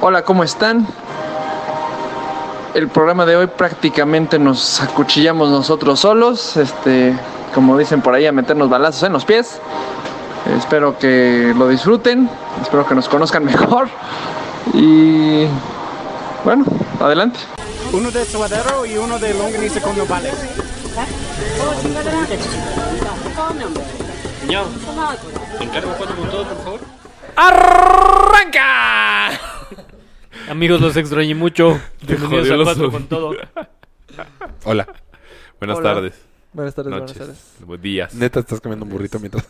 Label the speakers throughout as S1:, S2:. S1: Hola, ¿cómo están? El programa de hoy prácticamente nos acuchillamos nosotros solos, este, como dicen por ahí, a meternos balazos en los pies. Espero que lo disfruten, espero que nos conozcan mejor y bueno, adelante.
S2: Uno de suadero y uno de longaniza con nopales.
S3: Niño, te encargo cuatro con todo, por favor.
S4: ¡Arranca! Amigos, los extrañé mucho. Bienvenidos
S5: jodió
S4: a
S5: los
S4: Cuatro
S5: oídos.
S4: con todo.
S5: Hola. Buenas
S6: Hola.
S5: tardes.
S6: Buenas tardes,
S5: Noches.
S6: buenas tardes.
S5: Buenos días.
S6: Neta, estás comiendo un burrito mientras.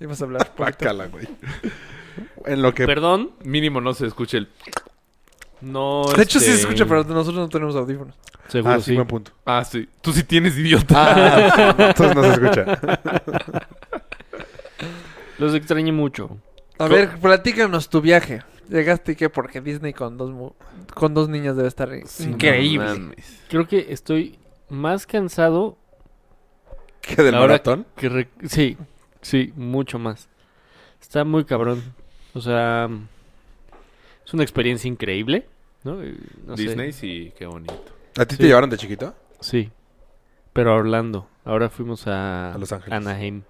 S6: Ibas a hablar.
S5: Pácala, güey.
S6: En lo que.
S4: Perdón,
S5: Mínimo no se escuche el.
S4: no.
S6: de hecho, sí se
S4: este,
S6: escucha, pero nosotros no tenemos audífonos.
S4: Seguro
S6: Ah, sí,
S4: pues, sí.
S6: buen punto.
S5: Ah, sí. Tú sí tienes idiota.
S6: Ah, sí, no, entonces no se escucha.
S4: Los extrañé mucho.
S6: A ver, platícanos tu viaje. Llegaste y qué, porque Disney con dos, mu- con dos niñas debe estar increíble.
S5: No mames.
S4: Creo que estoy más cansado
S6: ¿Qué del
S4: Ahora
S6: maratón?
S4: que... re- Sí, sí, mucho más. Está muy cabrón. O sea, es una experiencia increíble, ¿no? Eh, no sé.
S5: Disney sí, qué bonito.
S6: ¿A ti
S4: Sí.
S6: te llevaron de chiquito?
S4: Sí. Pero a Orlando. Ahora fuimos a,
S6: A Los Ángeles.
S4: Anaheim.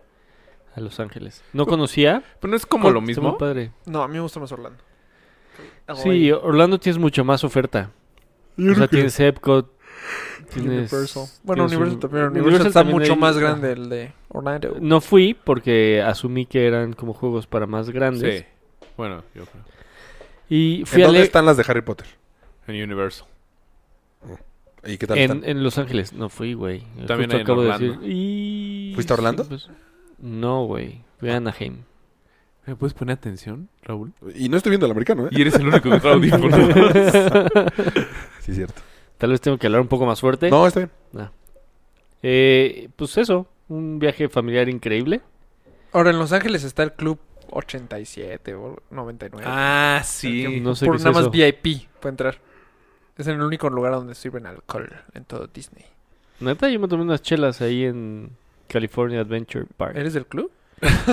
S4: A Los Ángeles. No conocía.
S5: Pero no es como lo
S4: Está
S5: mismo.
S4: muy padre.
S6: No, a mí me gusta más Orlando.
S5: Ah,
S4: Sí, Orlando tienes mucha más oferta. O sea, tienes Epcot. Tienes,
S6: Universal. Bueno,
S4: tienes
S6: Universal
S4: un-
S6: también. Universal, está
S4: también
S6: mucho
S4: hay-
S6: más grande el de Orlando.
S4: No fui porque asumí que eran como juegos para más grandes.
S5: Sí. Bueno, yo creo.
S4: Y
S7: ¿En
S4: fui a
S7: dónde
S4: Le-
S7: están las de Harry Potter?
S5: En Universal.
S7: ¿Y qué tal
S4: en,
S7: están?
S4: en Los Ángeles. No fui, güey.
S5: También
S4: Justo
S5: hay en
S4: acabo de
S5: Orlando.
S4: decir. Y...
S7: ¿Fuiste a Orlando?
S4: sí, pues, No, güey. Fui a Anaheim.
S5: ¿Me puedes poner atención, Raúl?
S7: Y no estoy viendo el americano, ¿eh?
S5: Y eres el único que trae audífonos.
S7: Sí, cierto.
S4: Tal vez tengo que hablar un poco más fuerte.
S7: No, está bien.
S4: Eh, pues eso, un viaje familiar increíble.
S6: Ahora en Los Ángeles está el club 87 o 99.
S5: ah,
S6: Que
S5: sí.
S4: No sé
S6: por
S4: qué es
S6: nada
S4: eso.
S6: más VIP puede entrar. Es el único lugar donde sirven alcohol en todo Disney.
S4: Neta, yo me tomé unas chelas ahí en California Adventure Park.
S6: ¿Eres del club?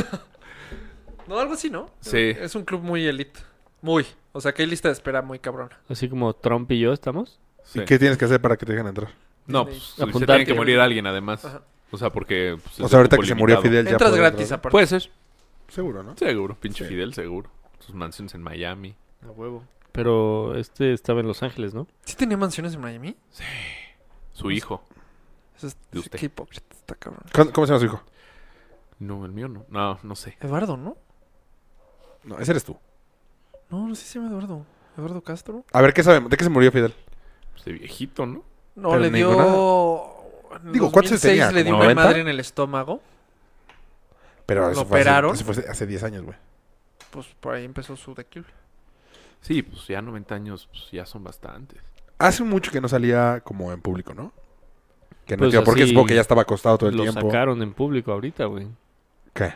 S6: no, algo así, ¿no?
S5: Sí.
S6: Es un club muy elite. Muy. O sea, que hay lista de espera muy cabrona.
S4: Así como Trump y yo estamos.
S5: Sí.
S7: ¿Y qué tienes que hacer para que te dejen entrar?
S5: No, pues se
S4: Apuntarte.
S5: tiene que morir alguien además.
S6: Ajá.
S5: O sea, porque. pues,
S7: O
S5: es
S7: sea,
S5: de
S7: ahorita
S5: cupo
S7: que se murió
S5: limitado.
S7: Fidel ya
S6: Entras
S7: puedes
S4: ah.
S6: gratis
S7: entrar.
S6: aparte.
S5: Puede ser.
S7: Seguro, ¿no?
S5: Seguro. Pinche
S7: Sí.
S5: Fidel, seguro. Sus mansiones en Miami.
S4: Pero este estaba en Los Ángeles, ¿no?
S6: ¿Sí tenía mansiones en Miami?
S5: Su
S6: Pues
S5: hijo.
S6: Eso es-
S5: De usted.
S6: Qué hipócrita está cabrón.
S7: ¿Cómo, cómo se llama su hijo?
S5: No, el mío no. No, no sé.
S6: Eduardo, ¿no?
S7: No, ese eres tú.
S6: No, no sé si se llama Eduardo. Eduardo Castro.
S7: A ver, ¿qué sabemos? ¿De qué se murió Fidel?
S5: Pues de viejito, ¿no?
S6: No,
S7: Pero
S6: le dio... en
S7: Digo, ¿cuántos
S6: 2006
S7: tenía?
S6: Le dio
S7: ¿Como
S6: una
S7: 90?
S6: madre en el estómago.
S7: Pero
S6: ¿Lo
S7: eso fue hace-
S6: operaron?
S7: eso fue hace- hace 10 años, güey.
S6: Pues por ahí empezó su declive.
S5: Sí, pues ya 90 años pues, ya son bastantes.
S7: Hace mucho que no salía como en público, ¿no? Que no,
S4: Pues
S7: tío, porque
S4: así
S7: supongo que ya estaba acostado todo el
S4: Lo
S7: tiempo.
S4: sacaron en público ahorita, güey.
S7: ¿Qué?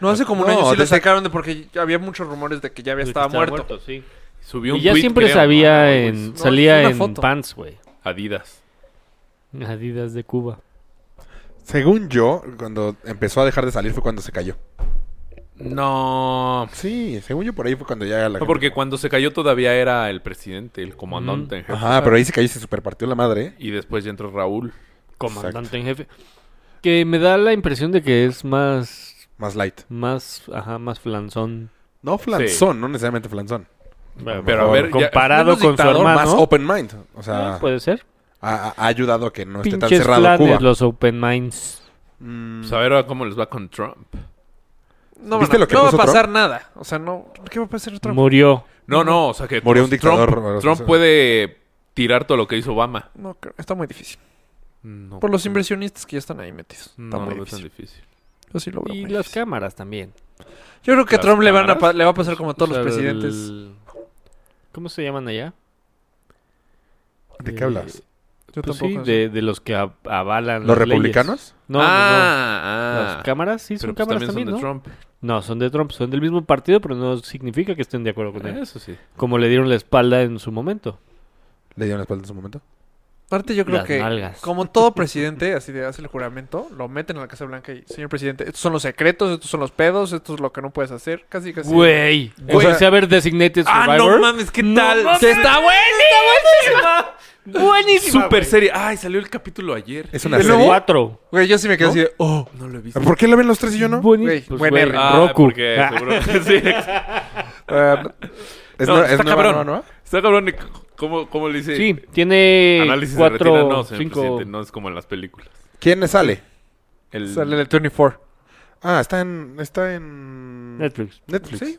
S6: No, hace como un
S7: No,
S6: año sí lo
S7: desde-
S6: sacaron de porque ya había muchos rumores de que ya había
S4: De que
S6: estaba, muerto.
S4: sí.
S5: Subió un
S4: Y ya
S5: tweet,
S4: siempre
S5: creo.
S4: sabía
S5: Ah,
S4: en...
S5: pues,
S6: No,
S4: salía
S6: es una
S4: en
S6: foto.
S4: pants, güey.
S5: Adidas.
S4: Adidas de Cuba.
S7: Según yo, cuando empezó a dejar de salir fue cuando se cayó.
S5: No.
S7: Sí, según yo por ahí fue cuando ya la... gente-
S5: porque cuando se cayó todavía era el presidente, el comandante en jefe.
S7: Ajá, pero ahí se cayó y se superpartió la madre, ¿eh?
S5: Y después ya entró Raúl.
S4: Comandante
S7: Exacto.
S4: en jefe. Que me da la impresión de que es más...
S7: Más light.
S4: Más... Ajá, más flanzón.
S7: No flanzón, no necesariamente flanzón.
S5: Pero a
S7: mejor.
S5: ver, ya-
S4: comparado
S6: menos
S4: con su
S6: dictador,
S4: hermano...
S7: Más open mind. O sea,
S4: Ah, Puede ser.
S7: ha, ha ayudado a que no esté tan
S4: Pinches
S7: cerrado
S4: planes,
S7: Cuba.
S4: los open minds.
S7: Mm,
S5: pues, a ver ahora cómo les va con Trump.
S6: No,
S7: ¿Viste
S6: van a-
S7: lo que
S6: no va a
S7: puso
S6: pasar nada. O sea, no. ¿Qué va a pasar Trump?
S4: Murió.
S5: No, no, o sea que
S7: Murió un
S5: Trump-
S7: dictador,
S5: Trump,
S7: o sea, o sea.
S5: puede tirar todo lo que hizo Obama.
S6: No, creo- está muy difícil.
S5: No,
S6: Por los inversionistas que ya están ahí metidos. Está
S5: no
S6: muy
S5: lo veo tan
S6: difícil.
S5: difícil.
S6: Yo sí lo veo.
S4: Y
S6: muy
S4: las
S6: difícil.
S4: cámaras también.
S6: Yo creo que a
S5: las
S6: Trump le, van a
S5: cámaras,
S6: pa- le va a pasar como a todos
S4: O sea,
S6: los presidentes.
S4: el- ¿Cómo se llaman allá?
S7: ¿De qué
S4: Eh,
S7: hablas?
S6: Yo
S4: pues sí,
S6: tampoco. sé.
S4: de, de los que a- avalan
S7: ¿Los
S4: las leyes.
S7: republicanos?
S4: No, no, no.
S5: ah, ah.
S4: Las cámaras sí son
S5: Pero, pues,
S4: cámaras también,
S5: son
S4: ¿no?
S5: de Trump.
S4: No, son de Trump. Son del mismo partido, pero no significa que estén de
S5: Pues,
S4: acuerdo con él.
S5: Eso sí.
S4: Como le dieron la espalda en su momento.
S7: ¿Le dieron la espalda en su momento?
S6: Aparte yo creo
S4: Las
S6: que
S4: nalgas.
S6: como todo presidente, así de hace el juramento, lo meten a la Casa Blanca y, señor presidente, estos son los secretos, estos son los pedos, esto es lo que no puedes hacer, casi casi.
S4: Güey.
S6: Güey.
S4: Empecé a ver Designated
S5: Ah,
S4: Survivor.
S5: no mames, ¿qué
S4: No
S5: tal?
S4: mames,
S5: Sí, está buenísima.
S4: Buenísima.
S5: Super serie. Ay, salió el capítulo ayer.
S7: Es una
S4: El
S7: serie.
S4: cuatro.
S6: Güey, yo sí me quedé así de, oh,
S5: No lo he visto.
S7: ¿Por qué la ven los tres y yo no?
S4: Buen-
S6: Güey,
S4: pues,
S6: buen
S4: güey,
S6: R.
S5: Ah,
S4: Roku.
S5: porque
S4: Ah.
S5: seguro- sí,
S7: Ah, es
S5: No,
S7: nue-
S5: está
S7: es nueva,
S5: cabrón.
S7: nueva, nueva.
S5: Está cabrón. ¿Cómo, cómo le dice?
S4: Sí, tiene
S5: Análisis
S4: cuatro,
S5: de retina. No, señor
S4: cinco.
S5: presidente, no es como en las películas.
S7: ¿Quién sale?
S5: El...
S6: sale de 24.
S7: Ah, está en. Está en.
S4: Netflix.
S7: Netflix. ¿Sí?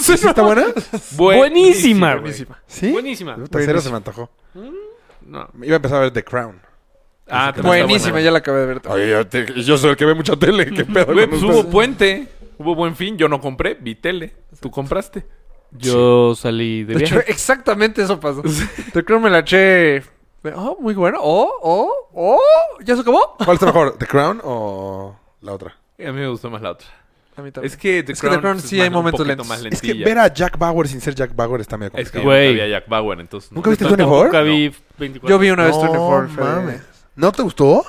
S7: ¿Sí está buena?
S4: Buenísima, güey.
S6: Buenísima.
S7: Sí.
S4: Buenísima.
S7: Puta, cero se me antojó.
S5: No.
S7: Iba a empezar a ver The Crown.
S5: Ah, también está
S6: Buenísima,
S5: buena.
S6: ya la acabé de ver.
S7: Oye, yo, te- yo soy el que ve mucha tele. ¿Qué pedo?
S5: Güey,
S7: con
S5: pues
S7: ustedes?
S5: hubo puente. Hubo buen fin. Yo no compré. Vi tele. Tú compraste.
S4: Yo salí de
S6: De hecho,
S4: viaje.
S6: exactamente eso pasó. Yo creo que me la eché. de, Oh, muy bueno. Oh, oh, oh. ¿Ya se acabó?
S7: ¿Cuál está mejor? ¿The Crown o la otra?
S5: A mí me gustó más la otra.
S6: A mí
S5: Es que The
S6: Es que The Crown
S5: pues,
S6: sí
S5: es
S6: hay
S5: más- un
S6: momentos
S5: poquito
S6: lentos.
S5: más
S7: Es que
S5: lentilla.
S7: ver a Jack Bauer sin ser Jack Bauer está medio
S5: Es que
S7: complicado.
S5: yo
S4: Güey.
S5: no sabía Jack Bauer, entonces. no.
S7: ¿Nunca viste
S4: Tampoco
S7: 24?
S4: vi 24.
S6: Yo vi una vez
S7: No,
S6: 24, Fede.
S7: mames. ¿No te gustó?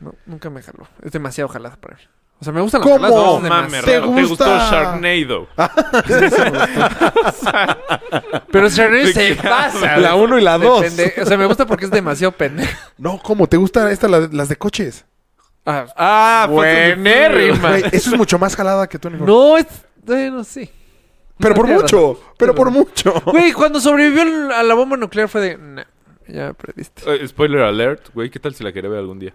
S6: No, nunca me jaló. Es demasiado jalada para mí. O sea, me gustan las
S7: ¿Cómo?
S6: jaladas. pero
S5: No
S6: es
S5: mames,
S6: demasiado.
S7: ¿Te
S5: Raro, ¿Te, gustó
S7: gusta?
S5: Sharknado?
S7: Ah,
S6: Pero Sharnay se
S5: ¿De qué
S6: pasa.
S7: La 1 y la 2.
S6: Depende. O sea, me gusta porque es demasiado pendejo.
S7: No, ¿cómo? ¿Te gustan estas la- las de coches?
S6: Ah,
S5: Ah,
S6: buenérrima.
S7: Güey, eso es mucho más jalada que tú. Nico.
S6: no, es. Bueno, sí.
S7: pero por
S6: tienes
S7: mucho. Pero por mucho.
S6: Güey, cuando sobrevivió el- a la bomba nuclear fue de. Nah, ya perdiste.
S5: Eh, spoiler alert, güey, ¿qué tal si la quería ver algún día?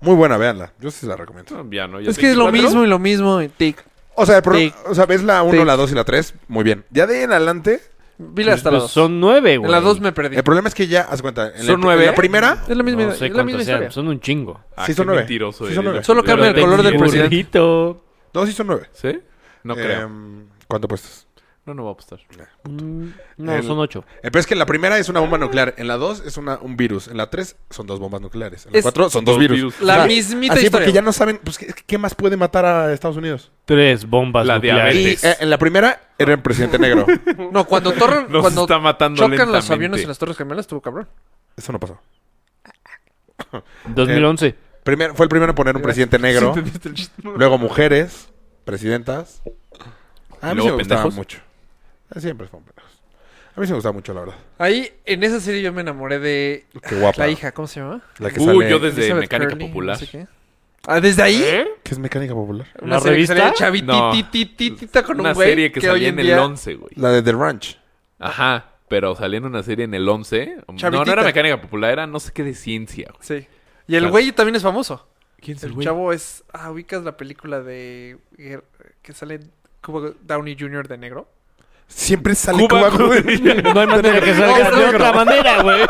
S7: Muy buena, véanla. Yo sí la recomiendo.
S5: No, ya no, ya
S6: Es que es lo
S5: 24.
S6: mismo y lo mismo. y tic.
S7: O sea, el pro-
S6: Sí.
S7: o sea ves la 1,
S6: Sí.
S7: la 2 y la 3. Muy bien. Ya de en adelante.
S6: Vi hasta la
S4: Pues
S6: dos.
S4: son nueve, güey.
S6: En la 2 me perdí.
S7: El problema es que ya, haz cuenta. En la-
S5: ¿Son nueve?
S7: en la primera.
S6: Es la misma,
S4: No
S6: idea-
S4: sé
S6: es la misma
S4: cuántos sean,
S6: historia.
S4: son un chingo.
S5: Ah,
S7: Sí,
S5: qué
S7: son nueve.
S5: mentiroso
S7: Sí,
S5: eres,
S7: son nueve.
S5: güey.
S6: Solo cambia el
S5: Pero-
S6: color del presidente.
S4: burrito.
S7: No, sí son nueve.
S5: ¿Sí? No creo.
S7: Em, ¿Cuánto apuestas?
S5: No, no va a apostar.
S4: Mm, No,
S7: El-
S4: son ocho.
S7: El peor Eh, es que en la primera es una bomba nuclear. En la 2 es una, un virus. En la 3 son dos bombas nucleares. En la
S6: Es-
S7: 4 son dos virus.
S6: La
S7: O sea,
S6: mismita
S7: Así
S6: historia.
S7: porque ya no saben, pues, ¿qué, qué más puede matar a Estados Unidos?
S4: Tres bombas
S5: La
S4: nucleares.
S5: diabetes.
S7: Y eh, en la primera era el presidente negro.
S6: No, cuando, torre,
S5: Nos
S6: cuando
S5: está matando
S6: chocan los
S5: lentamente.
S6: aviones en las Torres Gemelas, estuvo cabrón.
S7: Eso no pasó.
S4: 2011.
S7: Primer- fue el primero en poner un presidente negro. Luego mujeres, presidentas. A mí
S5: Luego
S7: se me gustaba
S5: pendejos.
S7: mucho. Eh, Siempre fueron pendejos. A mí se me gustaba mucho, la verdad.
S6: Ahí, en esa serie yo me enamoré de
S7: Qué guapa.
S6: la hija, ¿cómo se llama?
S7: La que
S5: Uy,
S7: sale-
S5: Uh, yo desde
S6: Elizabeth
S5: Mecánica
S6: Curley,
S5: Popular.
S6: no sé qué. Ah, ¿desde ahí?
S7: ¿Qué es mecánica popular?
S4: ¿La
S6: serie que
S4: revista?
S6: salía
S5: No.
S6: chavititititita con
S5: una
S6: un güey
S5: serie que,
S6: hoy
S5: salía en el
S6: día-
S5: 11, güey.
S7: La de The Ranch.
S5: Ajá, pero salía en una serie en el 11. No, no
S6: Chavitita.
S5: era mecánica popular, era no sé qué de ciencia, güey.
S6: Sí. Y el
S5: Claro.
S6: güey también es famoso.
S5: ¿Quién es el
S6: El
S5: güey?
S6: chavo es... Ah, ubicas la película de... Que sale Cuba Downey Jr. de negro.
S7: Siempre sale
S5: Cuba,
S7: Cuba,
S5: güey.
S7: güey.
S4: No hay manera que salga de otra manera, güey.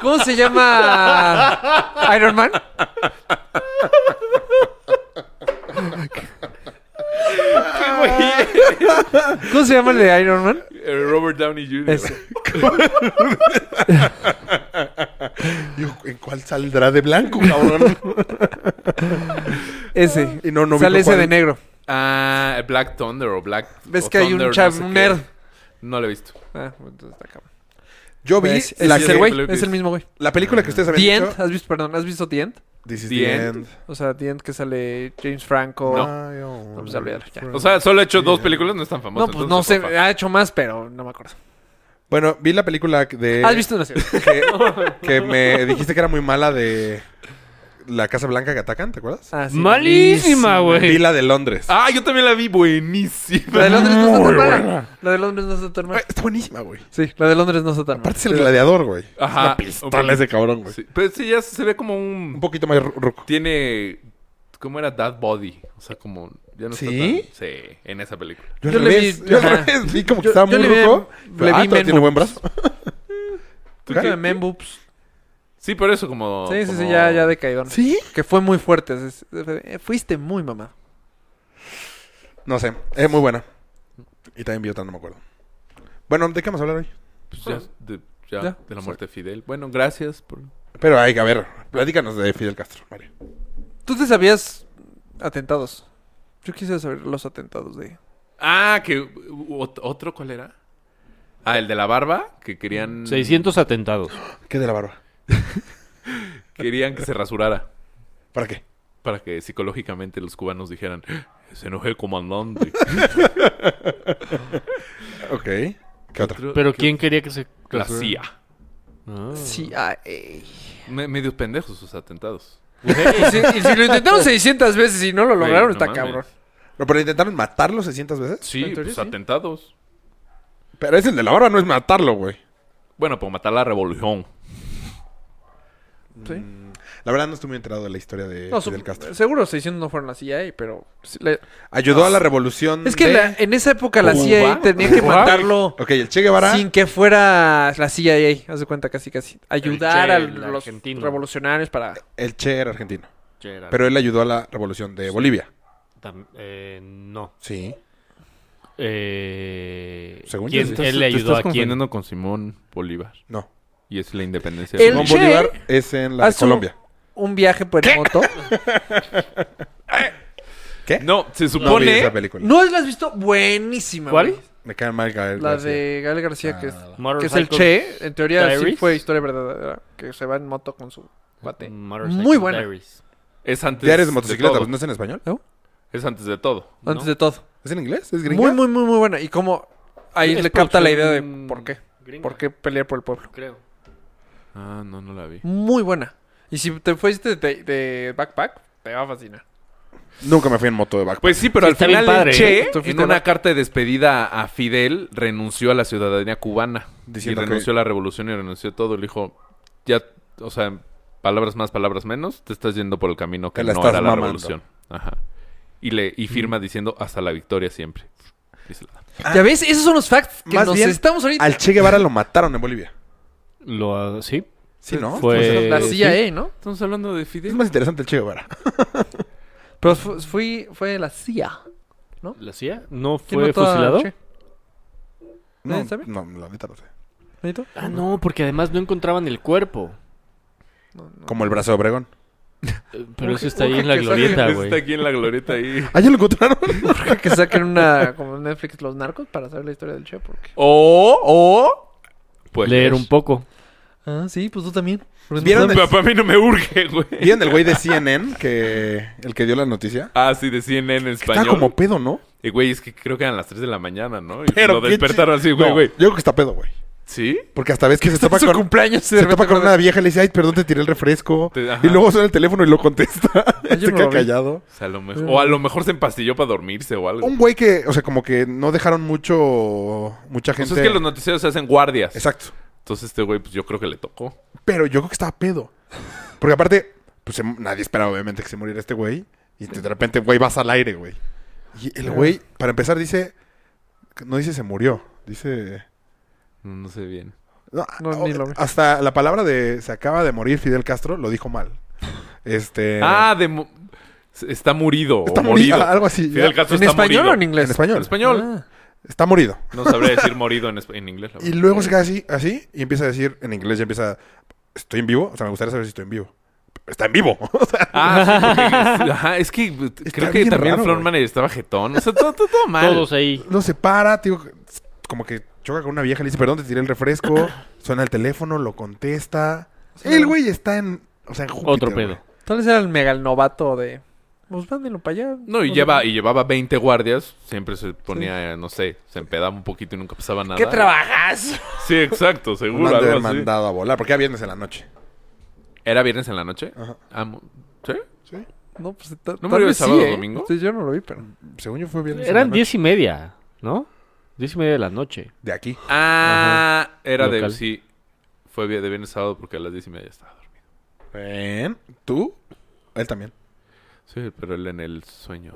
S6: ¿Cómo se llama Iron Man? ¿Cómo se llama el de Iron Man?
S5: Eh, Robert Downey Jr.
S6: Ese.
S7: Yo, ¿En cuál saldrá de blanco, cabrón?
S6: Ese.
S7: Y no, no ubico
S6: Sale ese
S7: cuál.
S6: de negro.
S5: Ah, Black Thunder o Black.
S6: Ves
S5: o
S6: que hay
S5: Thunder,
S6: un
S5: no
S6: chav,
S5: sé
S6: un
S5: qué.
S6: nerd.
S5: No lo he visto.
S6: Ah, entonces está cabrón.
S7: Yo vi
S6: Es,
S7: la,
S6: es
S7: que-
S6: el güey,
S5: película que
S6: es el
S5: es-
S6: mismo güey.
S7: la película que ustedes habían
S6: The End,
S7: dicho.
S6: ¿has visto, perdón, has visto The End?
S7: This is
S5: The
S7: the,
S5: End.
S7: end.
S6: O sea, The End que sale James Franco. No,
S7: Ay, oh,
S6: No, pues, olvídalo, ya.
S5: O sea, solo he hecho dos películas, no es tan famoso.
S6: pues no sé,
S5: entonces, porfa.
S6: ha hecho más, pero no me acuerdo.
S7: bueno, vi la película de...
S6: ¿Has visto una serie?
S7: que, que me dijiste que era muy mala de la Casa Blanca que atacan, ¿te acuerdas?
S6: Ah, sí.
S4: Malísima,
S7: Vi
S4: güey.
S7: la de Londres.
S5: Ah, yo también la vi buenísima.
S6: La de Londres no está
S7: Muy
S6: tan mala. La de Londres no está tan
S7: Ay,
S6: mala.
S7: Está buenísima, güey.
S6: Sí, la de Londres no está tan mala.
S7: Aparte es el gladiador, güey.
S5: Ajá.
S7: Una pistola ese cabrón, güey.
S5: Sí, Pero sí, ya se ve como un.
S7: Un poquito más ru- ruco.
S5: Tiene. ¿Cómo era? Dad Body. O sea, como. Ya no está
S7: ¿Sí?
S5: tan- Sí, en esa película.
S7: Yo,
S6: Yo
S7: al
S6: le
S7: revés,
S6: vi-
S7: yo al
S6: ajá.
S7: revés, vi como que
S6: Yo-
S7: estaba
S6: yo
S7: muy
S6: le vi-
S7: ruco.
S6: le
S7: pero,
S6: vi
S7: ah, pero
S6: men
S7: tiene buen
S6: boobs.
S7: brazo.
S5: ¿Tú
S6: Claro,
S5: qué? pues
S6: de Men Boobs.
S5: Sí, pero eso como.
S6: Sí, sí, sí,
S5: como-
S6: ya, ya decaído.
S7: ¿Sí?
S6: Que fue muy fuerte. así es- eh, Fuiste muy mamá.
S7: No sé, es muy buena. Y también vi otra, no me acuerdo. Bueno, ¿de qué vamos a hablar hoy?
S5: pues ya, de, ya,
S6: Ya.
S5: de la muerte de Fidel. Bueno, gracias por.
S7: Pero hay que, a ver, platícanos de Fidel Castro, Mario.
S6: ¿Tú te sabías atentados? Yo quisiera saber los atentados de...
S5: Ah, que. ot- ¿Otro cuál era? Ah, el de la barba, que querían.
S4: 600 atentados.
S7: ¿Qué de la barba?
S5: Querían que se rasurara
S7: ¿Para qué?
S5: para que psicológicamente los cubanos dijeran, "Ah, se enojó el comandante.
S7: Ok. ¿Qué otra?
S4: Pero ¿quién quería que se
S5: La
S4: rasurara?
S5: CIA.
S4: Ah.
S5: Me- medios pendejos sus atentados.
S6: Y si, y si lo intentaron 600 veces y no lo
S5: Güey,
S6: lograron,
S5: no
S6: está
S5: mames.
S6: cabrón.
S7: No, pero intentaron matarlo 600 veces.
S5: Sí,
S4: En teoría,
S5: pues
S4: sí.
S5: atentados.
S7: Pero es el de la barba, no es matarlo, güey.
S5: Bueno, por matar la revolución.
S6: Sí.
S7: La verdad no estoy muy enterado de la historia de
S6: No,
S7: Fidel
S6: sup-
S7: Castro.
S6: Seguro 600 no fueron la CIA, pero... sí le-
S7: Ayudó a la revolución.
S6: Es que
S7: de-
S6: la- en esa época la
S5: Cuba.
S6: CIA tenía que
S5: Cuba.
S6: matarlo
S7: Ok, el Che Guevara.
S6: sin que fuera la CIA. Haz de cuenta, casi, casi. Ayudar
S4: Che,
S6: a
S4: el
S6: los
S4: argentino.
S6: revolucionarios para...
S7: El Che era argentino.
S4: Gerard.
S7: Pero él ayudó a la revolución de Bolivia.
S4: Tam- eh, no.
S7: Sí.
S4: Eh,
S7: Según yo,
S4: ¿quién-
S7: sí.
S4: él le ayudó a
S5: estás
S4: quién?
S5: confundiendo con Simón Bolívar.
S7: No.
S5: Y es la independencia.
S6: El
S7: Simón
S6: Che
S7: Bolívar es en la de
S6: hace un-
S7: Colombia.
S6: Un viaje por moto.
S7: ¿Qué?
S5: No, se
S7: No vi
S5: supone.
S7: esa película.
S6: ¿No la has visto? Buenísima.
S4: ¿Cuál? Ah,
S6: güey.
S7: Me cae mal Gael
S6: La
S7: García.
S6: de Gael García, que es... Que es
S4: Motorcycle-
S6: el Che, en teoría sí
S4: Diaries.
S6: fue historia verdadera, que se va en moto con su cuate.
S4: Mm, Motorcycle
S6: Muy buena.
S4: Diaries.
S5: Es antes.
S7: Diarios de
S5: todo.
S7: motocicletas, ¿no es en español?
S5: Es antes de todo. ¿no?
S6: Antes de todo.
S7: ¿Es en inglés? ¿Es gringa?
S6: Muy, muy, muy, muy buena. Y como ahí
S4: Es
S6: le capta la idea de
S4: producción
S6: por qué.
S4: gringa.
S6: ¿Por qué pelear por el pueblo?
S4: Creo.
S5: Ah, no, no la vi.
S6: Muy buena. Y si te fuiste de, de backpack, te va a fascinar.
S7: Nunca me fui en moto de backpack.
S5: Pues sí, pero al
S4: está bien
S5: final
S4: padre,
S5: el
S4: ¿eh?
S5: Che,
S6: Tú fuiste
S5: en una
S6: va-
S5: carta de despedida a Fidel, renunció a la ciudadanía cubana.
S7: Diciendo
S5: y
S7: que-
S5: renunció a la revolución y renunció a todo. Le dijo, ya, o sea, palabras más, palabras menos, te estás yendo por el camino que
S7: Te la
S5: no
S7: estás
S5: era la
S7: mamando.
S5: revolución. Ajá. Y, le, y firma diciendo, hasta la victoria siempre. Y se la da.
S6: ¿Ya ves? Esos son los facts que
S7: Más
S6: nos
S7: bien,
S6: estamos ahorita. Pues,
S7: Al Che Guevara lo mataron en Bolivia.
S4: Lo, ah, sí.
S7: Sí, ¿no?
S4: Fue-
S6: la
S4: Eh,
S6: CIA, ¿no?
S5: Estamos hablando de
S7: Es
S5: Fidel.
S7: más interesante el Che Guevara.
S6: Pero fu- fui, fue la CIA.
S4: ¿La CIA? ¿No
S6: ¿Quién
S4: fue
S6: mató a
S4: fusilado?
S6: Che?
S7: No,
S6: ¿Eh, sabe?
S7: no, la neta no sé.
S6: ¿Benito?
S4: Ah, no, porque además no encontraban el cuerpo.
S7: Como el brazo de Obregón.
S4: Eh, Pero
S6: Ujú,
S4: eso está
S6: ujú,
S4: ahí en la
S6: que
S4: glorieta,
S5: Ese está
S4: güey.
S5: aquí en este la glorieta ahí.
S7: ¿Ah, ya lo encontraron?
S6: que saquen una, como en Netflix, los narcos para saber la historia del Che. Porque...
S5: O, o... Pues,
S4: Leer un poco.
S6: Ah, sí, pues tú también.
S7: ¿Vieron el,
S5: Papá, a mí no me urge, güey.
S7: ¿Vieron el güey de CNN que el que dio la noticia?
S5: Ah, sí, de CNN en español.
S7: Está como pedo, ¿no?
S5: Y, güey, es que creo que eran las 3 de la mañana, ¿no? Y
S7: Pero
S5: lo
S7: qué
S5: despertaron
S7: chi-
S5: así, güey,
S7: No,
S5: güey.
S7: Yo creo que está pedo, güey.
S5: ¿Sí?
S7: Porque hasta ves que se tapa
S6: su
S7: con,
S6: cumpleaños.
S7: se tapa con una vieja y le dice, ay, perdón, te tiré el refresco.
S5: Te- ajá.
S7: y luego suena el teléfono y lo contesta.
S6: Ay, yo
S7: se
S6: no
S7: queda
S6: lo vi.
S7: callado.
S5: O, sea, a lo mejor, o a lo mejor se empastilló para dormirse o algo.
S7: Un güey que, o sea, como que no dejaron mucho, mucha gente.
S5: Entonces Pues es que los noticieros se hacen guardias.
S7: Exacto.
S5: Entonces este güey, pues yo creo que le tocó.
S7: Pero yo creo que estaba pedo. Porque aparte, pues se- nadie esperaba obviamente que se muriera este güey. Y de repente, güey, vas al aire, güey. Y el güey, para empezar, dice... No dice se murió. Dice...
S5: No, no sé bien.
S7: No,
S6: No,
S7: o-
S6: ni lo vi.
S7: hasta la palabra de se acaba de morir Fidel Castro lo dijo mal. Este...
S5: Ah, de... mo- s- Está murido.
S7: está
S5: o
S7: muri-
S5: morido.
S7: Algo así.
S5: Fidel Castro
S6: ¿En
S5: está
S6: español
S5: morido.
S6: o en inglés?
S7: En español.
S5: En español.
S7: Está morido.
S5: No sabría decir morido en, es- en inglés. la
S7: Y
S5: verdad.
S7: luego se queda así, así, y empieza a decir en inglés, ya empieza... Estoy en vivo. O sea, me gustaría saber si estoy en vivo. Está en vivo. O sea,
S5: Ah, sí, porque- ajá, es que eh, creo que
S7: bien
S5: también
S7: raro,
S5: Florman estaba jetón. O sea, todo, todo, todo mal.
S4: Todos ahí.
S7: No se para, tío. Como que choca con una vieja, le dice, perdón, te tiré el refresco. Suena el teléfono, lo contesta. El güey está en. O sea, en Júpiter,
S4: Otro
S7: güey.
S4: pedo.
S6: Tal vez era el megalnovato de. Pues mándenlo para allá. Pues,
S5: No, y,
S6: sé.
S5: lleva, y llevaba 20 guardias. Siempre se ponía, eh, no sé, se empedaba un poquito y nunca pasaba nada.
S6: ¿Qué trabajas?
S5: Sí, exacto,
S7: Lo
S5: seguro.
S7: han de haber
S5: Algo así.
S7: mandado a volar, porque ya viernes en la noche.
S5: ¿Era viernes en la noche?
S7: Ajá.
S5: Ah, mu- ¿Sí?
S7: Sí.
S6: No, pues ta-
S5: ¿No
S6: tal
S5: murió el
S6: vez
S5: sábado
S6: ¿eh?
S5: domingo?
S6: Sí, yo no lo vi, pero.
S7: Según yo fue viernes. en la
S4: Eran
S7: noche.
S4: diez y media, ¿no? Diez y media de la noche.
S7: De aquí.
S5: Ah, era de...
S4: Local.
S5: Sí, fue vi- de viernes a sábado porque a las 10 y media estaba dormido.
S7: Ven. ¿Tú? Él también.
S5: Sí, pero él en el sueño.